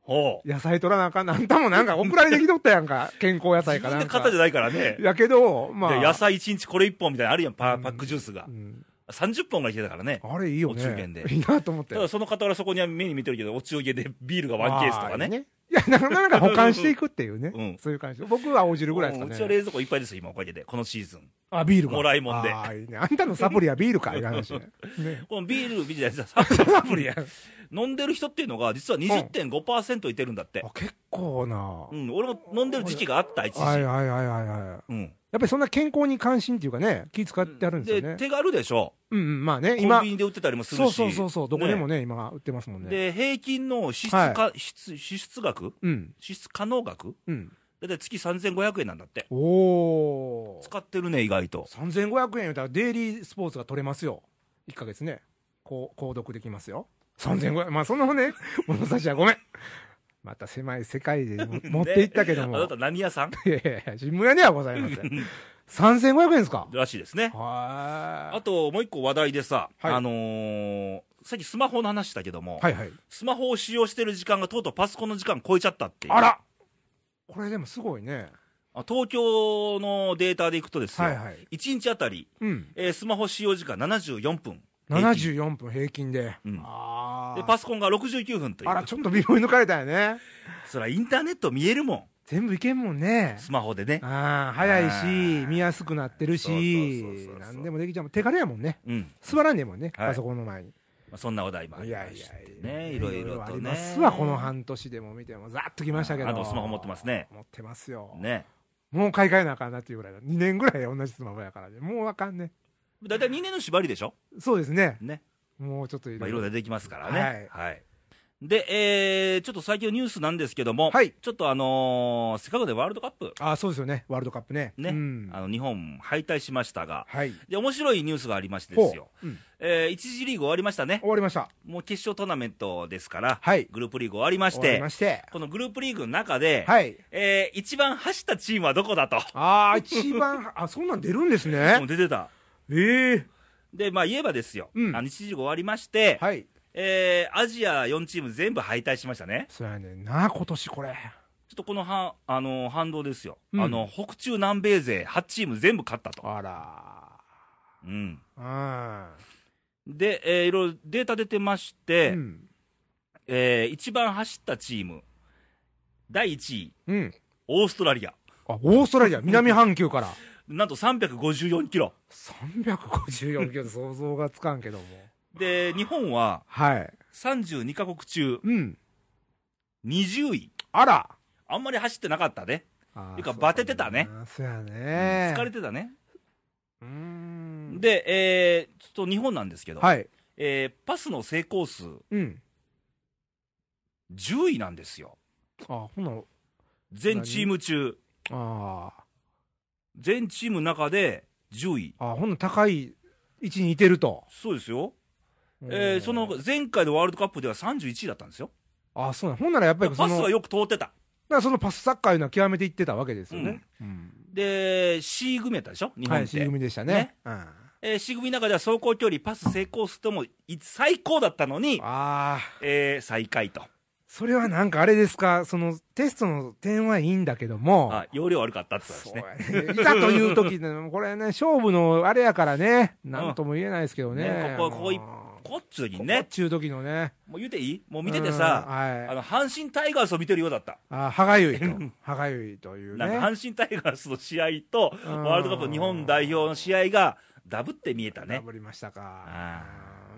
A: ほう
B: 野菜取らなあかん、なんたもなんか送られてきとったやんか、健康野菜か
A: 自分
B: な
A: で買
B: んか
A: った。じゃないからね、
B: やけど、ま
A: で
B: あ。
A: 野菜1日これ1本みたいなのあるやん、パ,、
B: うん
A: パックジュースが
B: う、ん
A: 30本がい来てたからね、
B: あれいいよね。
A: お中元で
B: <laughs> いいなと思って。
A: ただその傍ら、そこには目に見てるけど、お中元でビールがワンケースとか
B: あ
A: ね、
B: いや、なかなか保管していくっていうね。
A: うん
B: そういう感じ。僕は青汁ぐらいです
A: うんうち
B: か
A: は
B: ね。
A: 冷蔵庫いっぱいですよ、今、おかげで、このシーズン。
B: あ、ビールが。
A: もらいもんで
B: あーいいね。あんたのサプリはビールか、いう
A: <laughs>
B: 話ね。ね
A: このビール、ビールじゃないサプリ
B: <laughs> サプリや。
A: 飲んでる人っていうのが、実は20.5%いてるんだって、
B: あ結構な
A: う。ん、俺も飲んでる時期があった、一時。
B: はいはいはいはいはい。やっ
A: うん
B: ぱりそんな健康に関心っていうかね、気使ってあるんですよね。
A: 手軽でしょ、
B: うんうん、まあね、
A: コン
B: 今
A: ビ、ニで売ってたりもする
B: そう
A: し、
B: そうそうそう、どこでもね、今売ってますもんね。
A: で平均の支出か、支出支出額、
B: うん、
A: 支出可能額、
B: うん。
A: だいたい月3500円なんだって、
B: おー。
A: 使ってるね、意外と。
B: 3500円言うたら、デイリースポーツが取れますよ。1ヶ月ね。こう、購読できますよ。3500円。まあ、そのね、 <laughs> 物差しはごめん。また狭い世界
A: <laughs>
B: でも持っていったけども。
A: あなた、何屋さん
B: <laughs> いやいやいや、新聞屋ではございません。3500円ですから
A: しいですね。
B: は
A: あともう一個話題でさ、
B: はい
A: あのーさっきスマホの話したけども、
B: い。はいはい。
A: スマホを使用してる時間がとうとうパソコンの時間超えちゃったっていう
B: あらこれでもすごいね。
A: あ東京のデータでいくとですよ、
B: はいはい。
A: 1日あたり、
B: うん。
A: えースマホ使用時間74分、平均
B: 74分平均で。
A: うん
B: あ
A: で
B: ー
A: パソコンが69分という
B: あら、ちょっと微妙に抜かれたよね。
A: そらインターネット見えるも
B: 全部いけんもんね
A: ん、。スマホでね。
B: <laughs> ああ、早い
A: あ
B: し、
A: ー
B: 見やすくなってる
A: そうそうそうそう
B: し
A: そ、う
B: なんでもできちゃうもん。手軽やもんね。
A: うん。
B: 座らんねえもんね、
A: はい
B: パソコンの前に。
A: まあ、そんなお題もありましてね、いろいろ
B: あ
A: と
B: り
A: ね。
B: ますわ、この半年でも見ても、ざっときましたけど。
A: あとスマホ持ってますね。
B: 持ってますよ。
A: ね。
B: もう買い替えなあかんなっていうぐらいだ。2年ぐらい同じスマホやからね。もうあかんね。
A: だいたい2年の縛りでしょ
B: そうですね。
A: ね。
B: もうちょっとい
A: まあ、いろいろ出てきますから
B: は
A: ね
B: い。
A: はい。で、えー、ちょっと最近のニュースなんですけども、
B: はい
A: ちょっとあのーせっかくでワールドカップ、
B: ああ、そうですよね。ワールドカップね。
A: ね、
B: うん
A: あの、日本敗退しましたが、
B: はい。
A: で、面白いニュースがありましてですよ。
B: ほううん
A: えー、1次リーグ終わりましたね。
B: 終わりました。
A: もう決勝トーナメントですから、
B: はい
A: グループリーグ終わりまし
B: 終わ
A: て
B: り、まして。
A: このグループリーグの中で、
B: はい。
A: えー、一番走ったチームはどこだと。
B: ああ、一番、あ、そんなん出るんですね
A: もう。出てた。
B: ええ
A: で、まあ言えばですよ、
B: うん
A: あの1次リーグ終わりまして、
B: はい。
A: えーアジア4チーム全部敗退しましたね。
B: そうやねんな、今年これ。
A: ちょっとこのはあの反動ですよ、
B: うん
A: あの、北中南米勢8チーム全部勝ったと。
B: あ
A: うん、
B: ら。
A: で、えーいろいろデータ出てまし
B: う
A: て、
B: ん。
A: えー一番走ったチーム、第1位、
B: うん。
A: オーストラリア。
B: あ、オーストラリア、南半球から。
A: なんと354キロ。
B: 354キロ想像がつかんけども。
A: で、日本は
B: はい。
A: 32カ国中
B: うん。
A: 20位。
B: あら。
A: あんまり走ってなかったね。
B: あ
A: てかバテてたね。
B: そうや
A: うん
B: ね。
A: 疲れてたね。
B: うーん。
A: で、えー、ちょっと日本なんですけど、
B: はい。
A: えーパスの成功数
B: うん。
A: 10位なんですよ、
B: あ、ほんなら
A: 全チーム中、
B: あ
A: 全チームの中で10位、
B: あ。あ、ほんなら高い位置にいてると。
A: そうですよ、えーその、前回のワールドカップでは31位だったんですよ、
B: あ、そうなん。ほんならやっぱりそ
A: パス
B: の、だ
A: は
B: か
A: よく通ってた、
B: らそのパスサッカーいうのは極めていってたわけですよね。うん。
A: で C 組やったでしょ、日
B: は
A: 本っ
B: い、
A: て、
B: C 組でしたね
A: ね。
B: うん
A: えー C 組の中では走行距離、パス成功数ともい最高だったのに、
B: ああ。
A: えー最下位と、
B: それはなんかあれですか、そのテストの点はいいんだけども、
A: あ容量悪かったってことで
B: そ
A: す
B: う
A: ね。
B: やねいざという時でもこれね、勝負のあれやからね、なんとも言えないですけどね。
A: ねここここ一こっちゅうに
B: ね
A: ね。、
B: 中時のね。
A: もう言うていいもう見ててさ、
B: うんは
A: あ
B: い。
A: の阪神タイガースを見てるようだった、
B: あ、歯がゆいと。歯がゆいという
A: なんか
B: ね。
A: 阪神タイガースの試合と、
B: うん
A: ワールドカップの日本代表の試合がダブって見えた
B: ダ
A: ね、
B: ブりましたか
A: あ。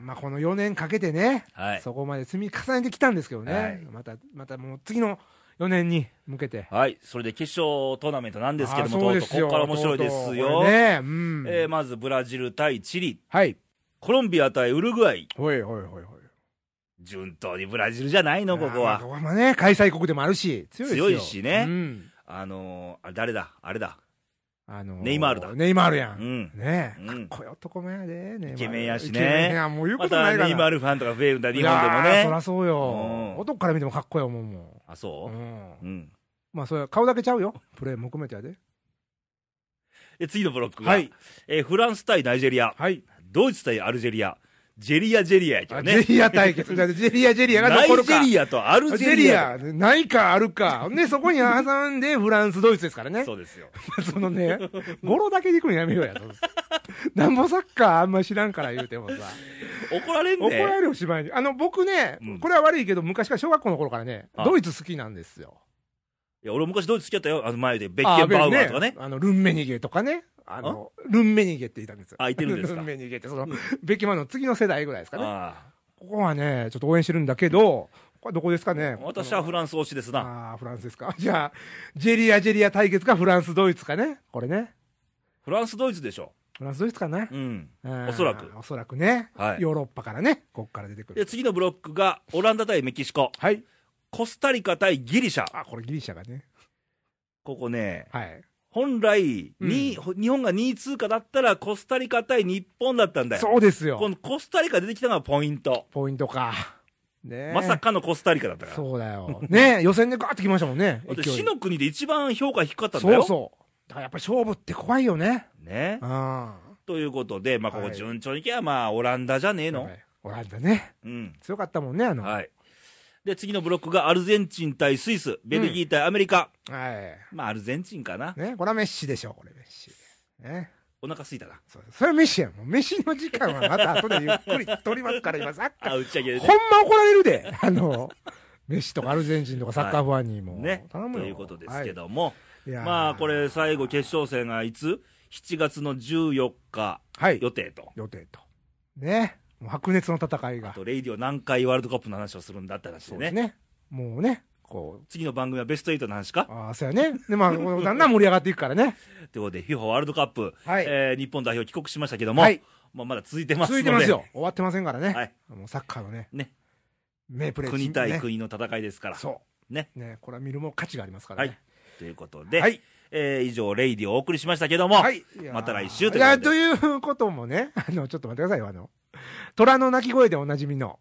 B: まあ、この4年かけてね、
A: はい
B: そこまで積み重ねてきたんですけどね。
A: はい
B: また、またもう次の4年に向けて。
A: はい、それで決勝トーナメントなんですけども、
B: あ
A: とと
B: そううで
A: う
B: す
A: ここから面白いです
B: とうとう
A: よ、
B: これね。うん。
A: えーまずブラジル対チリ、
B: はい。
A: コロンビア対ウルグアイ、
B: ほいほいほいほい。
A: 順当にブラジルじゃないの、ここ
B: あー
A: は。
B: ここはね、開催国でもあるし、強いですよ
A: 強いしね
B: うん
A: あのー、あ誰だ、あれだ、
B: あの
A: ネイマールだ
B: ネイマールや。
A: うんん、
B: ねえ。
A: うん、
B: これ男前やで、ネイマー
A: イ
B: ル
A: ケメンやしね
B: イケメンや、もう言うこ
A: ま
B: とな
A: た
B: いから。
A: ネイマールファンとか増えるんだ、日本でも
B: いやーそ
A: ね。
B: らそうよ
A: う。ん
B: 男から見てもかっこいい思うも
A: あ、そ
B: ん。うん
A: う、うん、
B: まあ、それは顔だけちゃうよ。プレーも含めてやで。
A: で次のブロックが、
B: はい
A: えーフランス対ナイジェリア、
B: はい。
A: ドイツ対アルジェリア、ジェリア・ジェリアやけど
B: ジェ
A: ね、
B: リア
A: <laughs>
B: 対決。だってジェリア、ジェリアが
A: ナイジ
B: 残るか。
A: ェリアとアルジ
B: ジ
A: ェ
B: ェ
A: リ
B: リ
A: ア、
B: ア、ないかあるか。ほんで、そこに挟んで、フランス、ドイツですからね。
A: そうですよ、
B: そ
A: <laughs>
B: のね、語呂だけで行くのやめようや。なんぼサッカーあんま知らんから言うてもさ。
A: 怒られん
B: 怒ら
A: ね、
B: れるよ、芝居に。あの、僕ね
A: うん、
B: これは悪いけど、昔から小学校の頃からね
A: あ、
B: ドイツ好きなんですよ。
A: いや俺、昔、ドイツ付き合ったよ、あの前で、ベッケンバウアーとかね、
B: あの、ルンメニゲとかね。あの、ルンメニゲって言ったんですよ。
A: あいてるんですか
B: <laughs> ルンメニゲって、その、ベッキマンの次の世代ぐらいですかね。
A: あ
B: ここはね、ちょっと応援してるんだけど、これどこですか
A: あ
B: ね。
A: 私はフランス推しですな、
B: ああ、フランスですか。 <laughs> じゃあ、ジェリア、ジェリア対決か、フランス、ドイツかね。これね。
A: フランス、ドイツでしょ、
B: フランス、ドイツかな
A: う。ん、
B: うん
A: おそらく。
B: おそらくね。
A: はい
B: ヨーロッパからね、ここから出てく
A: で
B: る。
A: 次のブロックが、オランダ対メキシコ、
B: はい。
A: コスタリカ対ギリシャ、
B: あ、これギリシャがね。
A: ここね、
B: はい。
A: 本来、に日本が2位通過だったら、コスタリカ対日本だったんだよ。
B: そうです
A: こ
B: よ。
A: のコスタリカ出てきたのがポイント。
B: ポイントか。ねえ
A: まさかのコスタリカだったから。
B: そうだよ。ねえ予選でガーってきましたもんね。
A: <laughs> だって
B: 勢い
A: 死の国で一番評価低かったんだ
B: そ
A: よ。
B: うそう。だからやっぱり勝負って怖いよね。
A: ね
B: う。ん。
A: ということで、まあ、ここ
B: はい
A: 順調にいけば、まあ、オランダじゃねえの。
B: オランダね。
A: うん。
B: 強かったもんね、あの。はい。
A: はい。で、次のブロックがアルゼンチン対スイス、ベルギー対アメリカ。まあ、アルゼンチンかな。
B: ね、これはメッシでしょ、これメッシ。ね。
A: お腹すいたな。
B: そうそれはメッシやもん。メッシの時間はまた後でゆっくり取りますから、今サッカ
A: あ、打ち上げで
B: ー。ほ
A: ね。
B: んま怒られるで。 <laughs> あの、メッシとかアルゼンチンとかサッカーファンにも。
A: ね。と
B: 頼むよ。
A: いうことですけ
B: ど。
A: ども、
B: いやー
A: まあ、これ、最後、決勝戦がいつ ?7 月の14日
B: はい。
A: 予定と。
B: 予定と。ね。もう白熱の戦い
A: あ
B: が。
A: と、レイディオ何回ワールドカップの話をするんだって話
B: そ
A: で
B: う
A: ね。
B: ですね。もうね、こう、
A: 次の番組はベスト8の話か
B: ああ、そうやね。で、まあ、こう <laughs> だんだん盛り上がっていくからね。
A: ということで、FIFA ワールドカップ、
B: はい
A: えー日本代表帰国しましたけども、
B: はい。
A: まあ、まだ続いてますの
B: 続
A: で
B: いてますよ。終わってませんからね。
A: はい
B: もうサッカーのね。
A: ね。
B: 名プレー
A: 国対
B: ね。
A: 国の戦いですから。
B: そう。
A: ね。
B: ね。これは見るも価値がありますから
A: はい
B: ね。。
A: ということで、
B: はい
A: えー以上、レイディをお送りしましたけども、
B: い。いやー
A: また来週と
B: い
A: いうことで
B: や、ということもね、 <laughs> あの、ちょっと待ってくださいよ。あの、虎の鳴き声でおなじみの、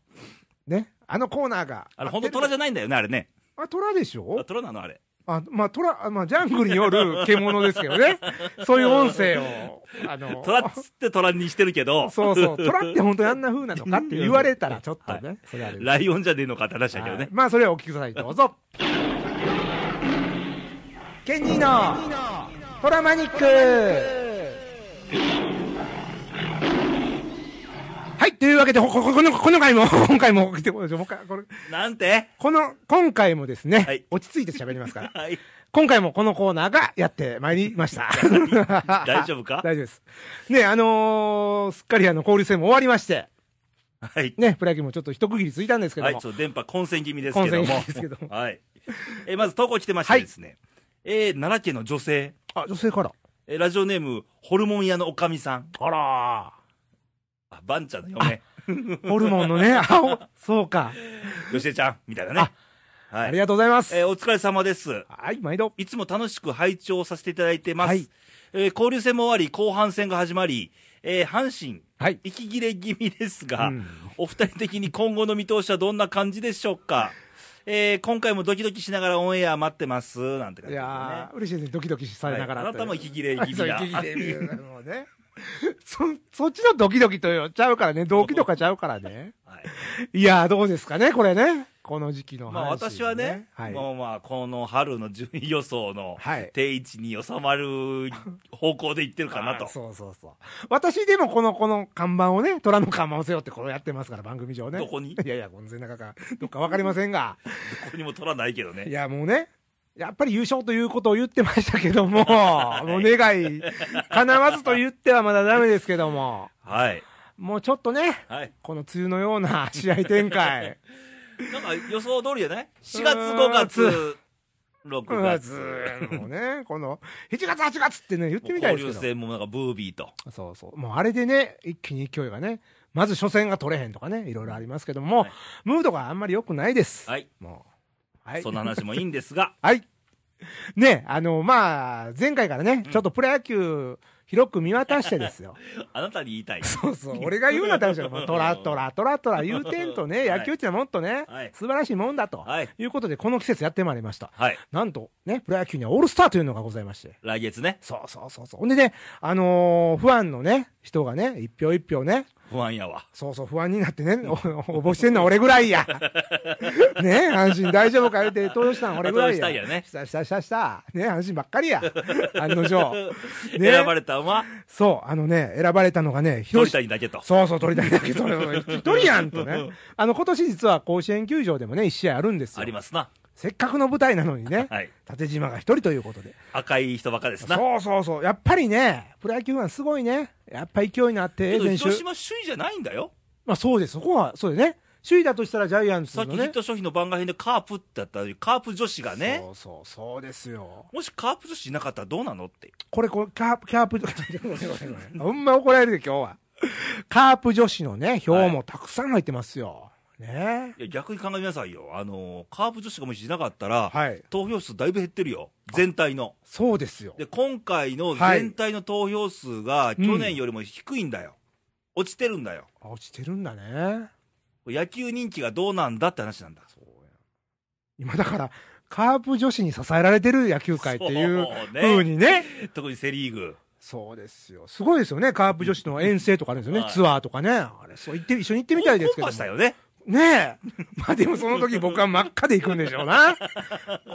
B: ね。あのコーナーが。
A: あれ、本当虎じ
B: ゃ
A: ゃないんだよね、あれね。
B: あ、虎でしょ
A: あ虎なの、あれ。
B: あ、まあ、虎、あまあ、ジャングルによる獣ですけどね。 <laughs> そういう音声を、あの、
A: 虎っつって虎にしてるけど、
B: <laughs> そうそう。虎って本当にあんな風なのかって言われたら、ちょっとね。それあれです
A: ライオンじゃねえのかって話だけど
B: はい
A: ね。
B: まあそれをお聞きくださいどうぞケニーのトラマニックはいというわけでほこここのこの回も <laughs> 今回も来てもう一回これ
A: なん
B: <laughs>
A: て
B: この今回もですね、
A: はい
B: 落ち着いて喋りますから <laughs>
A: はい。
B: 今回もこのコーナーがやってまいりました
A: <laughs> 大丈夫か
B: <laughs> 大丈夫ですねあのーすっかりあの交流戦も終わりまして
A: はい。
B: ねプロ野球もちょっと一区切りついたんですけど
A: は
B: も、
A: い、そう、電波混戦気味ですけども。
B: 混戦気味ですけども
A: はい。えーまず投稿来てましてですね、えー奈良県の女性、
B: あ女性から
A: えーラジオネーム、ホルモン屋のおかみさん。
B: あら
A: あ、バンちゃんの嫁、
B: ホルモンのね、 <laughs> 青、そうか。
A: よしえちゃん、みたいなね。は
B: あり
A: い。
B: がとうございます。
A: えーお疲れ様です。
B: はい、毎度。
A: いつも楽しく拝聴させていただいてます。
B: はい
A: えー交流戦も終わり、後半戦が始まり、えー阪神、
B: はい。
A: 息切れ気味ですが、
B: うん
A: お二人的に今後の見通しはどんな感じでしょうか。えー今回もドキドキしながらオンエア待ってます、なんて感
B: い
A: じですね。
B: やー、嬉しいですね。ドキドキされながら。
A: はいあなたも息切れ気味だ
B: <laughs> そう息切れ気味もうね。そ、そっちの <laughs> ドキドキとよ、ちゃうからね。ドキとかちゃうからね。
A: はい
B: いやー、どうですかね、これね。この時期の話、
A: まあ私はね、
B: はい。
A: まあまあ、この春の順位予想の
B: はい。
A: 定位置に収まる方向でいってるかなと
B: あー。そうそうそう。私でもこの、この看板をね、虎の看板を背負ってこれをやってますから、番組上ね。
A: どこに <laughs>
B: <laughs> いやいや、この背中か、どっかわかりませんが。
A: ここにも取らないけど
B: い
A: ね。
B: や、もうね、やっぱり優勝ということを言ってましたけ
A: <laughs>
B: ども、もう願い、叶わずと言ってはまだダメですけども、
A: はい。
B: もうちょっとね、
A: はい。
B: この梅雨のよ
A: <laughs>
B: うな試合展開、
A: なんか予想通りじゃない ?4 月、5月、6月。
B: <laughs> ずーもうね、この、7月、8月ってね、言ってみた
A: も
B: い
A: う
B: で
A: 交
B: す
A: 流
B: け
A: 戦もなんかブービーと。
B: ど、そうそう、もうあれでね、一気に勢いがね、まず初戦が取れへんとかね、いろいろありますけども、
A: はい
B: ムードがあんまり良くないです。
A: はい。
B: もう。はい。
A: その話もいいんです
B: <laughs>
A: が、
B: はい。ね、あの、まあ、前回からね、
A: うん
B: ちょっとプロ野球、広く見渡してで
A: <laughs>
B: すよ。
A: あなたに言いたい。
B: そうそう。俺が言うなったんで
A: <laughs>
B: すよ。もうトラトラトラトラ言うてんとね、
A: はい
B: 野球ってのはもっとね、
A: はい
B: 素晴らしいもんだと。
A: はい。
B: い、うことで、この季節やってまいりました。
A: はい。
B: なんと、ね、プロ野球にはオールスターというのがございまして。
A: 来月ね、
B: そうそうそうそう。ほんでね、あのーファンのね、人がね、一票一票ね、
A: 不安やわ。
B: そうそう、不安になってね、お応募してんのは俺ぐ
A: <laughs>
B: らいや。ね阪神大丈夫か言うて、投票したん俺ぐらいや。
A: 投票したんやね
B: したしたしたした。ね阪神ばっかり
A: <laughs>
B: や。案の定。ね
A: 選ばれたのは、
B: そう、あのね、選ばれたのがね、
A: 鳥
B: 広島。
A: 谷だけと。
B: そうそう、鳥谷だけど、一人やんとね。あの、今年実は甲子園球場でもね、一試合あるんですよ。
A: ありますな。
B: せっかくの舞台なのにね、
A: はい。
B: 縦島が一人ということで。
A: 赤い人ばかですな。
B: そうそうそう。やっぱりね、プロ野球ファンすごいね。やっぱ勢いになって、
A: けど、
B: 選手
A: 広島首位じゃないんだよ。
B: まあそうです、そこは、そうですね。首位だとしたらジャイアンツ
A: さ
B: の
A: っ
B: ね。
A: きヒット商品の番外編でカープってあったのに、カープ女子がね、
B: そうそう、そうですよ。
A: もしカープ女子いなかったらどうなのって。
B: これ、これ、カープ、カープ、ごめんごめんごめんほんま怒られるで、今日は。カープ女子のね、票もたくさん入ってますよ。ね
A: いや、逆に考えてみなさいよ。あの、カープ女子がもしいなかったら、
B: はい。
A: 投票数だいぶ減ってるよ。全体の。
B: そうですよ。
A: で、今回の
B: はい
A: 全体の投票数が
B: うん
A: 去年よりも低いんだよ。落ちてるんだよ。
B: あ落ちてるんだね。
A: 野球人気がどうなんだって話なんだ。
B: 今だから、カープ女子に支えられてる野球界っていう
A: そうね
B: 風にね。
A: 特にセ・リーグ。
B: そうですよ。すごいですよね。カープ女子の遠征とかあるんですよね。
A: はい
B: ツアーとかね。あれ、そう、行って、一緒に行ってみたいですけど
A: コンパ
B: も。
A: したよね。
B: ねえ。 <laughs> まあでもその時僕は真っ赤で行くんでしょうな。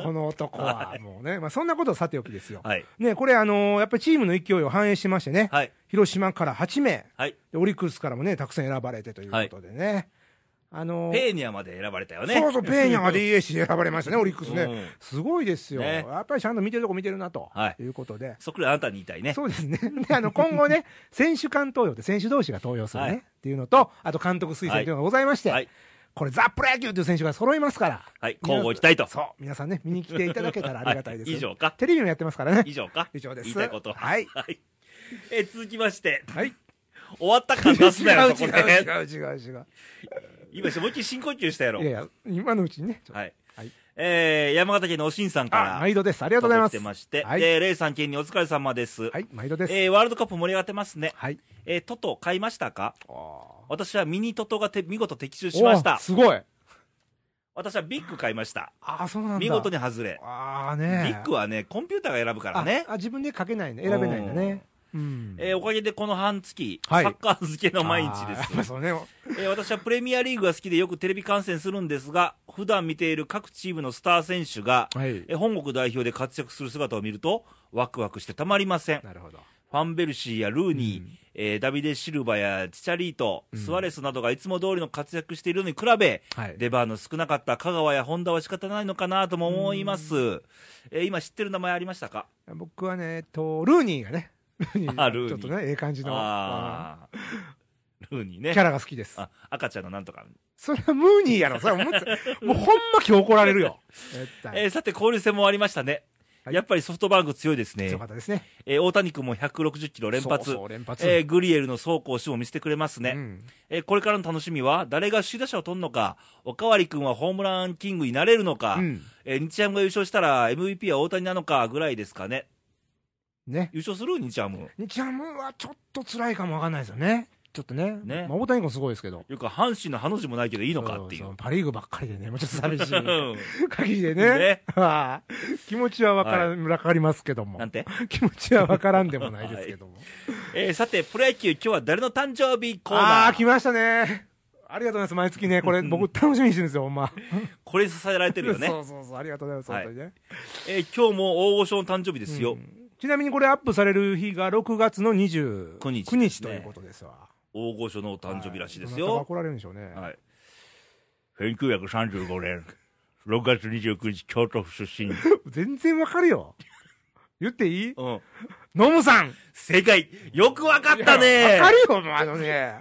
B: この男は。もうね。まあそんなことはさておきですよ。
A: はい。
B: ねえこれあのーやっぱりチームの勢いを反映してましてね。
A: はい。
B: 広島から8名。
A: はい。
B: でオリックスからもね、たくさん選ばれてということでね。あのー
A: ペーニャまで選ばれたよね。
B: そうそう、ペーニャが DH 選ばれましたね、オリックス
A: う
B: ね。
A: ん
B: すごいですよ。
A: ね
B: やっぱりちゃんと見てるとこ見てるなと。。
A: はい
B: うことで。
A: そっくりあなたに言いたいね。
B: そうですね。 <laughs> で、あの、今後ね、選手間投票って選手同士が投票するね、
A: はい
B: っていうのと、あと監督推薦というのがございまして、
A: はい。
B: これザ・プロ野球という選手が揃いますから。
A: はい。交互行きたいと。
B: そう、皆さんね、見に来ていただけたらありがたいです、
A: <laughs> はい以上か。
B: テレビもやってますからね。
A: 以上か。
B: 以上で
A: 言
B: す
A: いたいこと。
B: はい
A: はい。え、続きま
B: <laughs>
A: して。
B: はい。
A: 終わった感出すなよ、そ
B: 違う
A: こで。
B: 違う違う違う違う。
A: 今、もう一回深呼吸したやろ
B: い。やいや、今のうちにね。ちょっと
A: はい
B: はい。
A: えー、山形県のおしんさんから。
B: あ、毎度です。ありがとうございます。
A: 届いてまして。
B: はい。
A: で、レイさん県にお疲れ様です。
B: はい、毎度です。
A: えー、ワールドカップ盛り上がってますね。
B: はい。
A: えー、トト買いましたか
B: あー
A: 私はミニトトがて見事的中しまし
B: おー
A: た。
B: すごい。
A: 私はビッグ買いました。
B: ああ、そうなんだ。
A: 見事。に外れ。
B: ああ
A: ビ
B: ね。
A: ッグはね、コンピューターが選ぶからね
B: あ。あ、自分で書けないね。選べないんだね。うん。
A: えーおかげでこの半月、
B: はい
A: サッカー漬けの毎日で
B: あーや
A: す
B: っ。ぱそうね。
A: <laughs> えー私はプレミアリーグが好きでよくテレビ観戦するんですが、普段見ている各チームのスター選手が、
B: はい。
A: えー本国代表で活躍する姿を見ると、ワクワクしてたまりません。
B: なるほど。
A: ファンベルシーやルーニー、
B: うん
A: えーダビデ・シルバやチチャリート、
B: うん
A: スワレスなどがいつも通りの活躍しているのに比べ、
B: はい。
A: 出番の少なかった香川や本田は仕方ないのかなとも思います。えー今知ってる名前ありましたか
B: 僕はね、えっと、ルーニーがね、ルーニー
A: あルー
B: ちょ
A: ニー
B: っとね、ええ感じの、あ
A: あー
B: <laughs>
A: ルーニー
B: ー
A: ね
B: キ。ャラが好きです。
A: あ赤ちゃんのなんとか。
B: それはムーニーやろ、それはもう、もうほんま今日怒られるよ。絶
A: え
B: 対。
A: ーさて、交流戦も終わりましたね。
B: はい
A: やっぱりソフトバンク強いですね
B: 強。かったですね。
A: えー大谷君も160キロ連発。
B: そうそう連発。
A: えーグリエルの走行手も見せてくれますね。
B: うん
A: えーこれからの楽しみは、誰が首位打者を取るのか、おかわり君はホームランキングになれるのか、
B: うん。
A: えー日ハムが優勝したら MVP は大谷なのかぐらいですかね。
B: ね。
A: 優勝する日ハム。
B: 日ハムはちょっと辛いかもわかんないですよね。ちょっとね。
A: ね
B: まあ、大谷君すごいですけど。
A: よく阪神のハの字もないけどいいのかっていう。
B: そうそパリーグばっかりでね、もうちょっと
A: <laughs>
B: 寂しい
A: ん
B: 限りでね。
A: ね。
B: <laughs> はあ気持ちはわからん、わかりますけども
A: なん。て、
B: 気持ちはわからんでもないですけども。
A: えーさて、プロ野球今日は誰の誕生日コーナー
B: ああー、来ましたね。ありがとうございます。毎月ね、これ僕楽しみにしてるんですよ、ほ
A: <laughs>
B: んま。
A: これに支えられてるよね。
B: <laughs> そうそうそう、ありがとうございます、
A: はい
B: 本当にね。
A: えー今日も大御所の誕生日ですよ。
B: ちなみにこれアップされる日が6月の29
A: 九日
B: 日ということですわ。
A: 大御所の誕生日らしいです
B: は
A: よ。
B: 怒られるんでしょうね。
A: はい。1935年、6月29日、京都府出
B: <laughs>
A: 身。
B: 全然わかるよ。言っていい
A: うん。
B: ノムさん
A: 正解よくわかった
B: わ
A: ね
B: かるよ、もうあのね。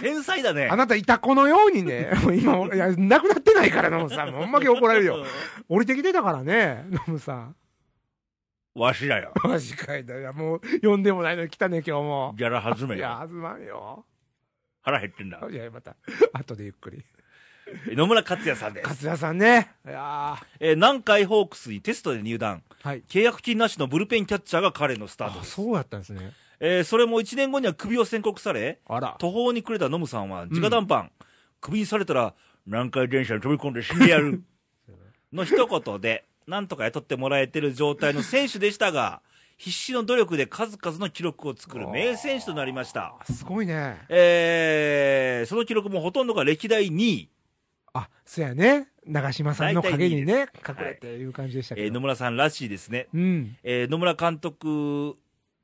A: 天才だね
B: あなたいた子のようにね、もう今、いや、亡くなってないから、ノムさん。ほんまに怒られるよ。降りてきてたからね、ノムさん。
A: わしらよ。
B: マジかいだ。いや、もう、呼んでもないのに来たね、今日も。
A: ギャラ弾め
B: いや、
A: よ。
B: はずまんよ。
A: 腹減ってんだ。
B: いや、また、後でゆっくり。
A: 野村克也さ
B: <laughs>
A: んです。
B: 勝田さんね。いや
A: えー南海ホークスにテストで入団。
B: ーはい。
A: 契約金なしのブルペンキャッチャーが彼のスタート
B: あ、
A: です。
B: そうやったんですね。
A: えーそれも1年後には首を宣告され、
B: あら。
A: 途方に暮れたノムさんは直談判。首にされたら、南海電車に飛び込んで死んでや
B: <laughs>
A: る。の一言で、なんとか雇ってもらえてる状態の選手でしたが、必死の努力で数々の記録を作る名選手となりました。
B: あすごいね。
A: えーその記録もほとんどが歴代2位。
B: あ、そうやね。長嶋さんの影にね、
A: 体いいです
B: 隠れていう感じでした
A: え
B: け
A: ー野
B: ど。
A: 村さんらしいですね。
B: うん。
A: えー野村監督、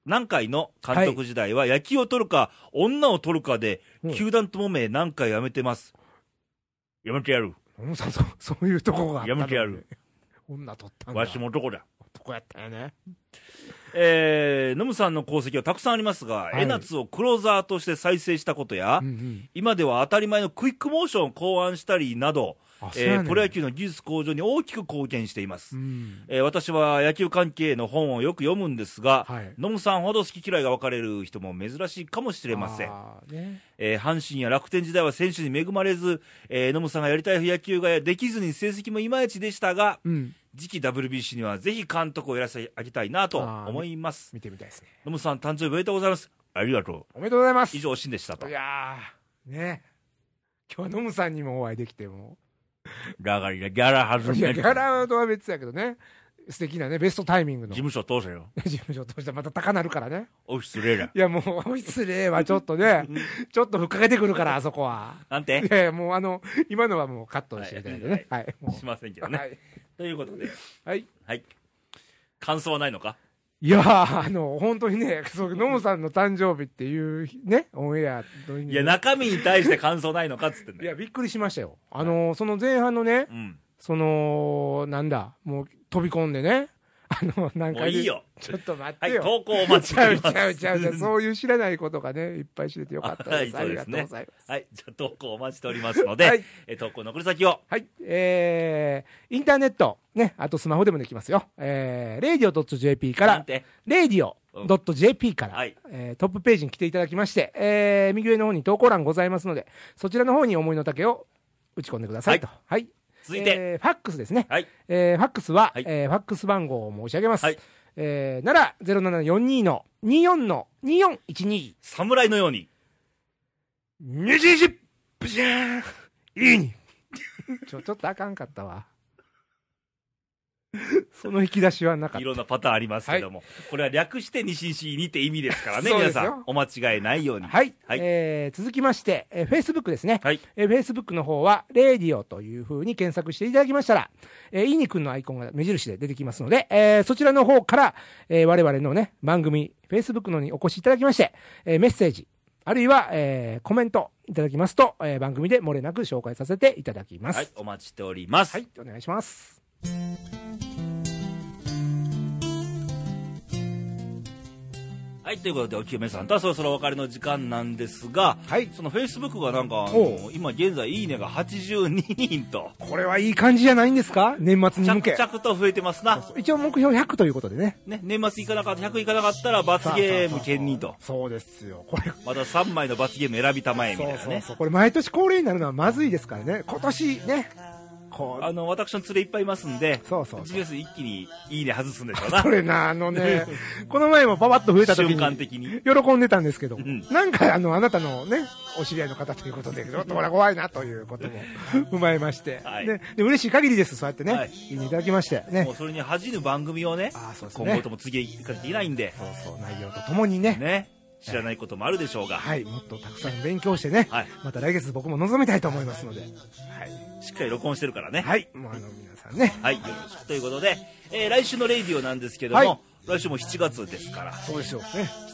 A: 南海の監督時代は野球を取るか、女を取るかで
B: う、ん
A: 球団ともめ何回やめてます。やめてやる。
B: 野村さん、そう、 <laughs> そういうとこがあったのに
A: やめてやる。
B: 女取ったんだ。
A: わしも男だ。
B: 男やったよね。
A: えー、ノムさんの功績はたくさんありますが、
B: い
A: 江夏をクローザーとして再生したことや、
B: うんうん。
A: 今では当たり前のクイックモーションを考案したりなど、
B: あ、そう
A: え
B: や
A: ー
B: ね。
A: プロ野球の技術向上に大きく貢献しています。
B: うん。
A: えー私は野球関係の本をよく読むんですが、
B: はい
A: ノムさんほど好き嫌いが分かれる人も珍しいかもしれません。
B: あーね
A: えー阪神や楽天時代は選手に恵まれず、えー野茂さんがやりたい野球ができずに成績もいまいちでしたが、
B: うん。
A: 次期 WBC にはぜひ監督をやらせてあげたいなと
B: あー
A: 思います。
B: 見てみたいですね。
A: 野茂さん、誕生日おめでとうございます。ありがと
B: おめでとうございます。
A: う。以上、シンでしたと
B: い。やー、ね。今日はノムさんにもお会いできても。
A: だから、ギャラ外
B: い
A: れ
B: や、
A: て
B: ギ
A: 事
B: ャラとは別やけどね。素敵なね、ベストタイミング <laughs> の。事
A: 務所通せよ。
B: 務所としてまた高なるからね。
A: オフィスレーダー。
B: いや、もう、失礼はちょっとね、
A: <laughs>
B: ちょっとふっかけてくるから、あそこは。
A: なんて
B: いやいや、もうあの、今のはもうカットしていただいてね。はい。も
A: しませんけど
B: う
A: ね。
B: はい。
A: ということで、
B: はい。
A: はい。感想はないのか
B: いやー、あの、本当にね、そう、ノムさんの誕生日っていう日ね、オンエアの日に
A: いや、中身に対して感想ないのかっつってん
B: い
A: だよ。
B: や、びっくりしましたよ。あの、その前半のね、
A: うん。
B: その、なんだ、もう飛び込んでね、あの、何
A: もう
B: 回
A: いい。よ。
B: ちょっと待っ
A: は
B: て
A: い、
B: よ。
A: 投稿お待ちし
B: ち
A: てお
B: ゃ
A: り
B: う
A: ま
B: ち
A: す。
B: ゃうちゃうちゃう、そういう知らないことがね、いっぱい知れてよかったです。
A: は
B: あ
A: い
B: りがとうございま
A: <laughs>
B: す。
A: はい、じゃあ投稿お待ちしておりますので、
B: はい
A: え投稿の送り先を、
B: はい。えー、インターネット、ね、あとスマホでもできますよ。えー、radio.jp か
A: なん
B: ら、
A: て、
B: radio.jp から、
A: はい
B: えートップページに来ていただきまして、えー、右上の方に投稿欄ございますので、そちらの方に思いの丈を打ち込んでくださいと。はい。
A: 続いて、
B: えーファックスですね。
A: はい、
B: えーファックスは、
A: はい
B: えーファックス番号を申し上げます。
A: はい
B: えー、なら、0742の24の2412。
A: 侍のように、
B: ニジジブジャーンいいにちょ、ちょっとあかんかったわ。その引き出しはなかっ
A: い
B: た。
A: ろんなパターンありますけども、これは略して西西にって意味ですからね、
B: そうで
A: 皆
B: すよ
A: さん、お間違いないように。
B: はい、
A: はい
B: えー続きまして、えー、Facebook ですね。
A: はい
B: えー、Facebook の方は、レディオという風に検索していただきましたら、えー、いにくんのアイコンが目印で出てきますので、えーそちらの方から、えー我々のね、番組、Facebook のにお越しいただきまして、えーメッセージ、あるいは、えーコメントいただきますと、えー番組で漏れなく紹介させていただきます。
A: はい、お待ちしております。
B: はい、お願いします。
A: はい、ということで、お清めさんとはそろそろお別れの時間なんですが、
B: はい
A: そのフェイスブックがなんか、あ
B: お
A: の今現在、いいねが82人と、
B: これはいい感じじゃないんですか年末に向
A: 着
B: け。
A: 々と増えてますな。
B: 一応目標100ということでね。
A: ね、年末いかなかった、100いかなかったら罰ゲーム兼任と。
B: そうですよ。これ、
A: また3枚の罰ゲーム選びたまえみたいなね。
B: そうそうそうこれ毎年恒例になるのはまずいですからね今年ねこ
A: あの私の連れいっぱいいますんで、
B: そうそうそう
A: GS 一気にいいね外すんでしょう
B: う
A: な
B: そ、れなあ
A: <laughs>
B: のねこの前もパパッと増えた時
A: 瞬間
B: に
A: 的に。
B: 喜んでたんですけど、
A: ん
B: なんかあのあなたのねお知り合いの方ということでちょっとほら怖いなというこ
A: <laughs>
B: とも踏まえまして、
A: はい
B: ね、で嬉しい限りですそうやってね、
A: はい
B: い、いねいただきましてね
A: もうそれに恥じぬ番組をね、
B: あーそうですね
A: 今後とも次へ行かなきゃいけないんで、
B: そうそう内容とともにね
A: ね、知らないこともあるでしょうが、
B: はい、もっとたくさん勉強してね、
A: はい
B: また来月僕も臨みたいと思いますので、はい、
A: しっかり録音してるからね。
B: はい、もうあの皆さんね、
A: はい、よろしくということで、えー来週のレイディオなんですけども、
B: はい
A: 来週も7月ですから、
B: そうですよ、ね、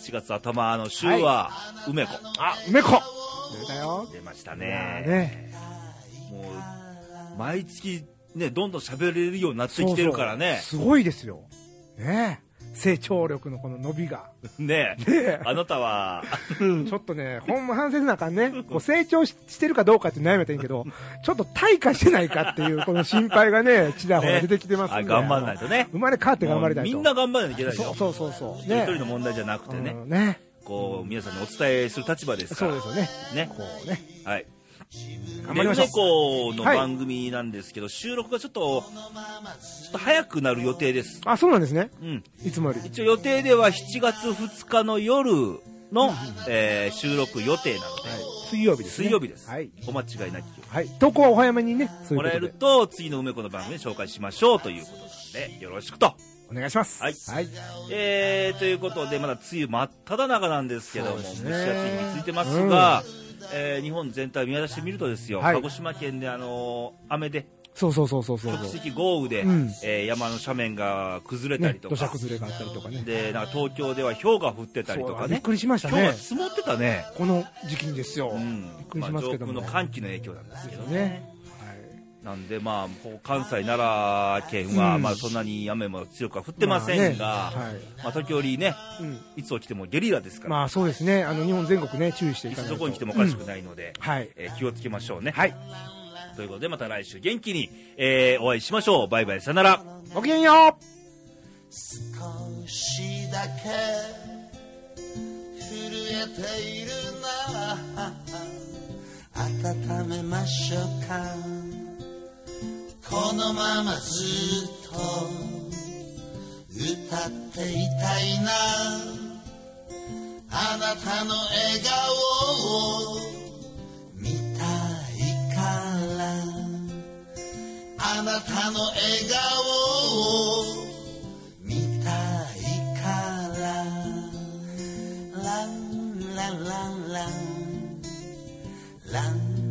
A: 7月頭の週は、梅子。あ、
B: 梅子、出たよ、
A: 出ました
B: いや
A: ね
B: ー。ね、
A: もう、毎月、ね、どんどん喋れるようになってきてるからね。
B: そうそうすごいですよ、ね、成長力のこの伸びが、
A: ねあなた
B: <laughs>
A: は、
B: ちょっとね、ほんま反省せなあかんね、こう成長ししてるかどうかって悩めてんけど、ちょっと退化してないかっていう、この心配がね、ちらほら出てきてますん
A: ね
B: で、
A: あ頑張んないとね。
B: 生まれ変わって頑張りたいと、
A: もうみんな頑張らなきゃいけないよ。
B: そうそうそうそう、
A: 一人一人
B: ね、
A: の問題じゃなくてね、
B: うんね
A: こう、皆さんにお伝えする立場ですか
B: そう
A: ら。
B: ですよね、
A: ね。
B: こうね。
A: はい。
B: 頑張
A: で、
B: りましょう
A: 梅子の
B: はい
A: 番組なんですけど、収録がちょっと、ちょっと早くなる予定です。
B: あ、そうなんですね。
A: うん。
B: いつもより。
A: 一応予定では7月2日の夜の、えー収録予定なので、
B: 水曜日です、ね。
A: 水曜日です。
B: はい。
A: お間違いなきよ
B: はい。投稿はお早めにね、
A: う。
B: そう
A: も
B: いうこ
A: らえ
B: と
A: る
B: で。
A: と、次の梅子の番組で紹介しましょうということなんで、よろしくと。
B: お願いします。
A: はい
B: はい。
A: えー、ということで、まだ梅雨真っ只中なんですけども、蒸
B: そうで
A: し暑
B: す
A: い
B: ね
A: 日についてますが、えー日本全体を見渡してみるとですよ、
B: はい
A: 鹿児島県であのー雨で、
B: そうそうそうそうそう。
A: 局地的豪雨で、
B: うん
A: えー山の斜面が崩れた
B: ね
A: り、と
B: 土砂
A: か、
B: 崩れがあったりとかね。
A: でなんか東京では氷が降ってたりと
B: そ
A: か
B: うびっ
A: ね、
B: くりしました
A: 今日は
B: ね。
A: 積もってたね、
B: この時期にですよ。
A: うん
B: びっくりしますけども
A: まあ上空の寒気の影響なんですけどね。
B: ね。はい。
A: なんで、まあ、こう関西、奈良県は、
B: うん
A: まあ、そんなに雨も強くは降ってませんが、ま
B: ま
A: あ
B: あねはい
A: 時折ね、
B: うん。
A: いつ起きてもゲリラですから、
B: まあそうですね。あの、日本全国ね、注意してい
A: い
B: かな
A: つ
B: いと。
A: どこに来てもおかし
B: う
A: く
B: ん
A: ないので、
B: はい。
A: えー気をつけましょうね。
B: はい。
A: ということで、また来週元気に、えーお会いしましょう。バイバイ、さよなら。
B: ごきげんよう
C: 少しだけ震えているな温めましょうかこのままずっと歌っていたいなあなたの笑顔を見たいからあなたの笑顔を見たいから」「ランランランランラン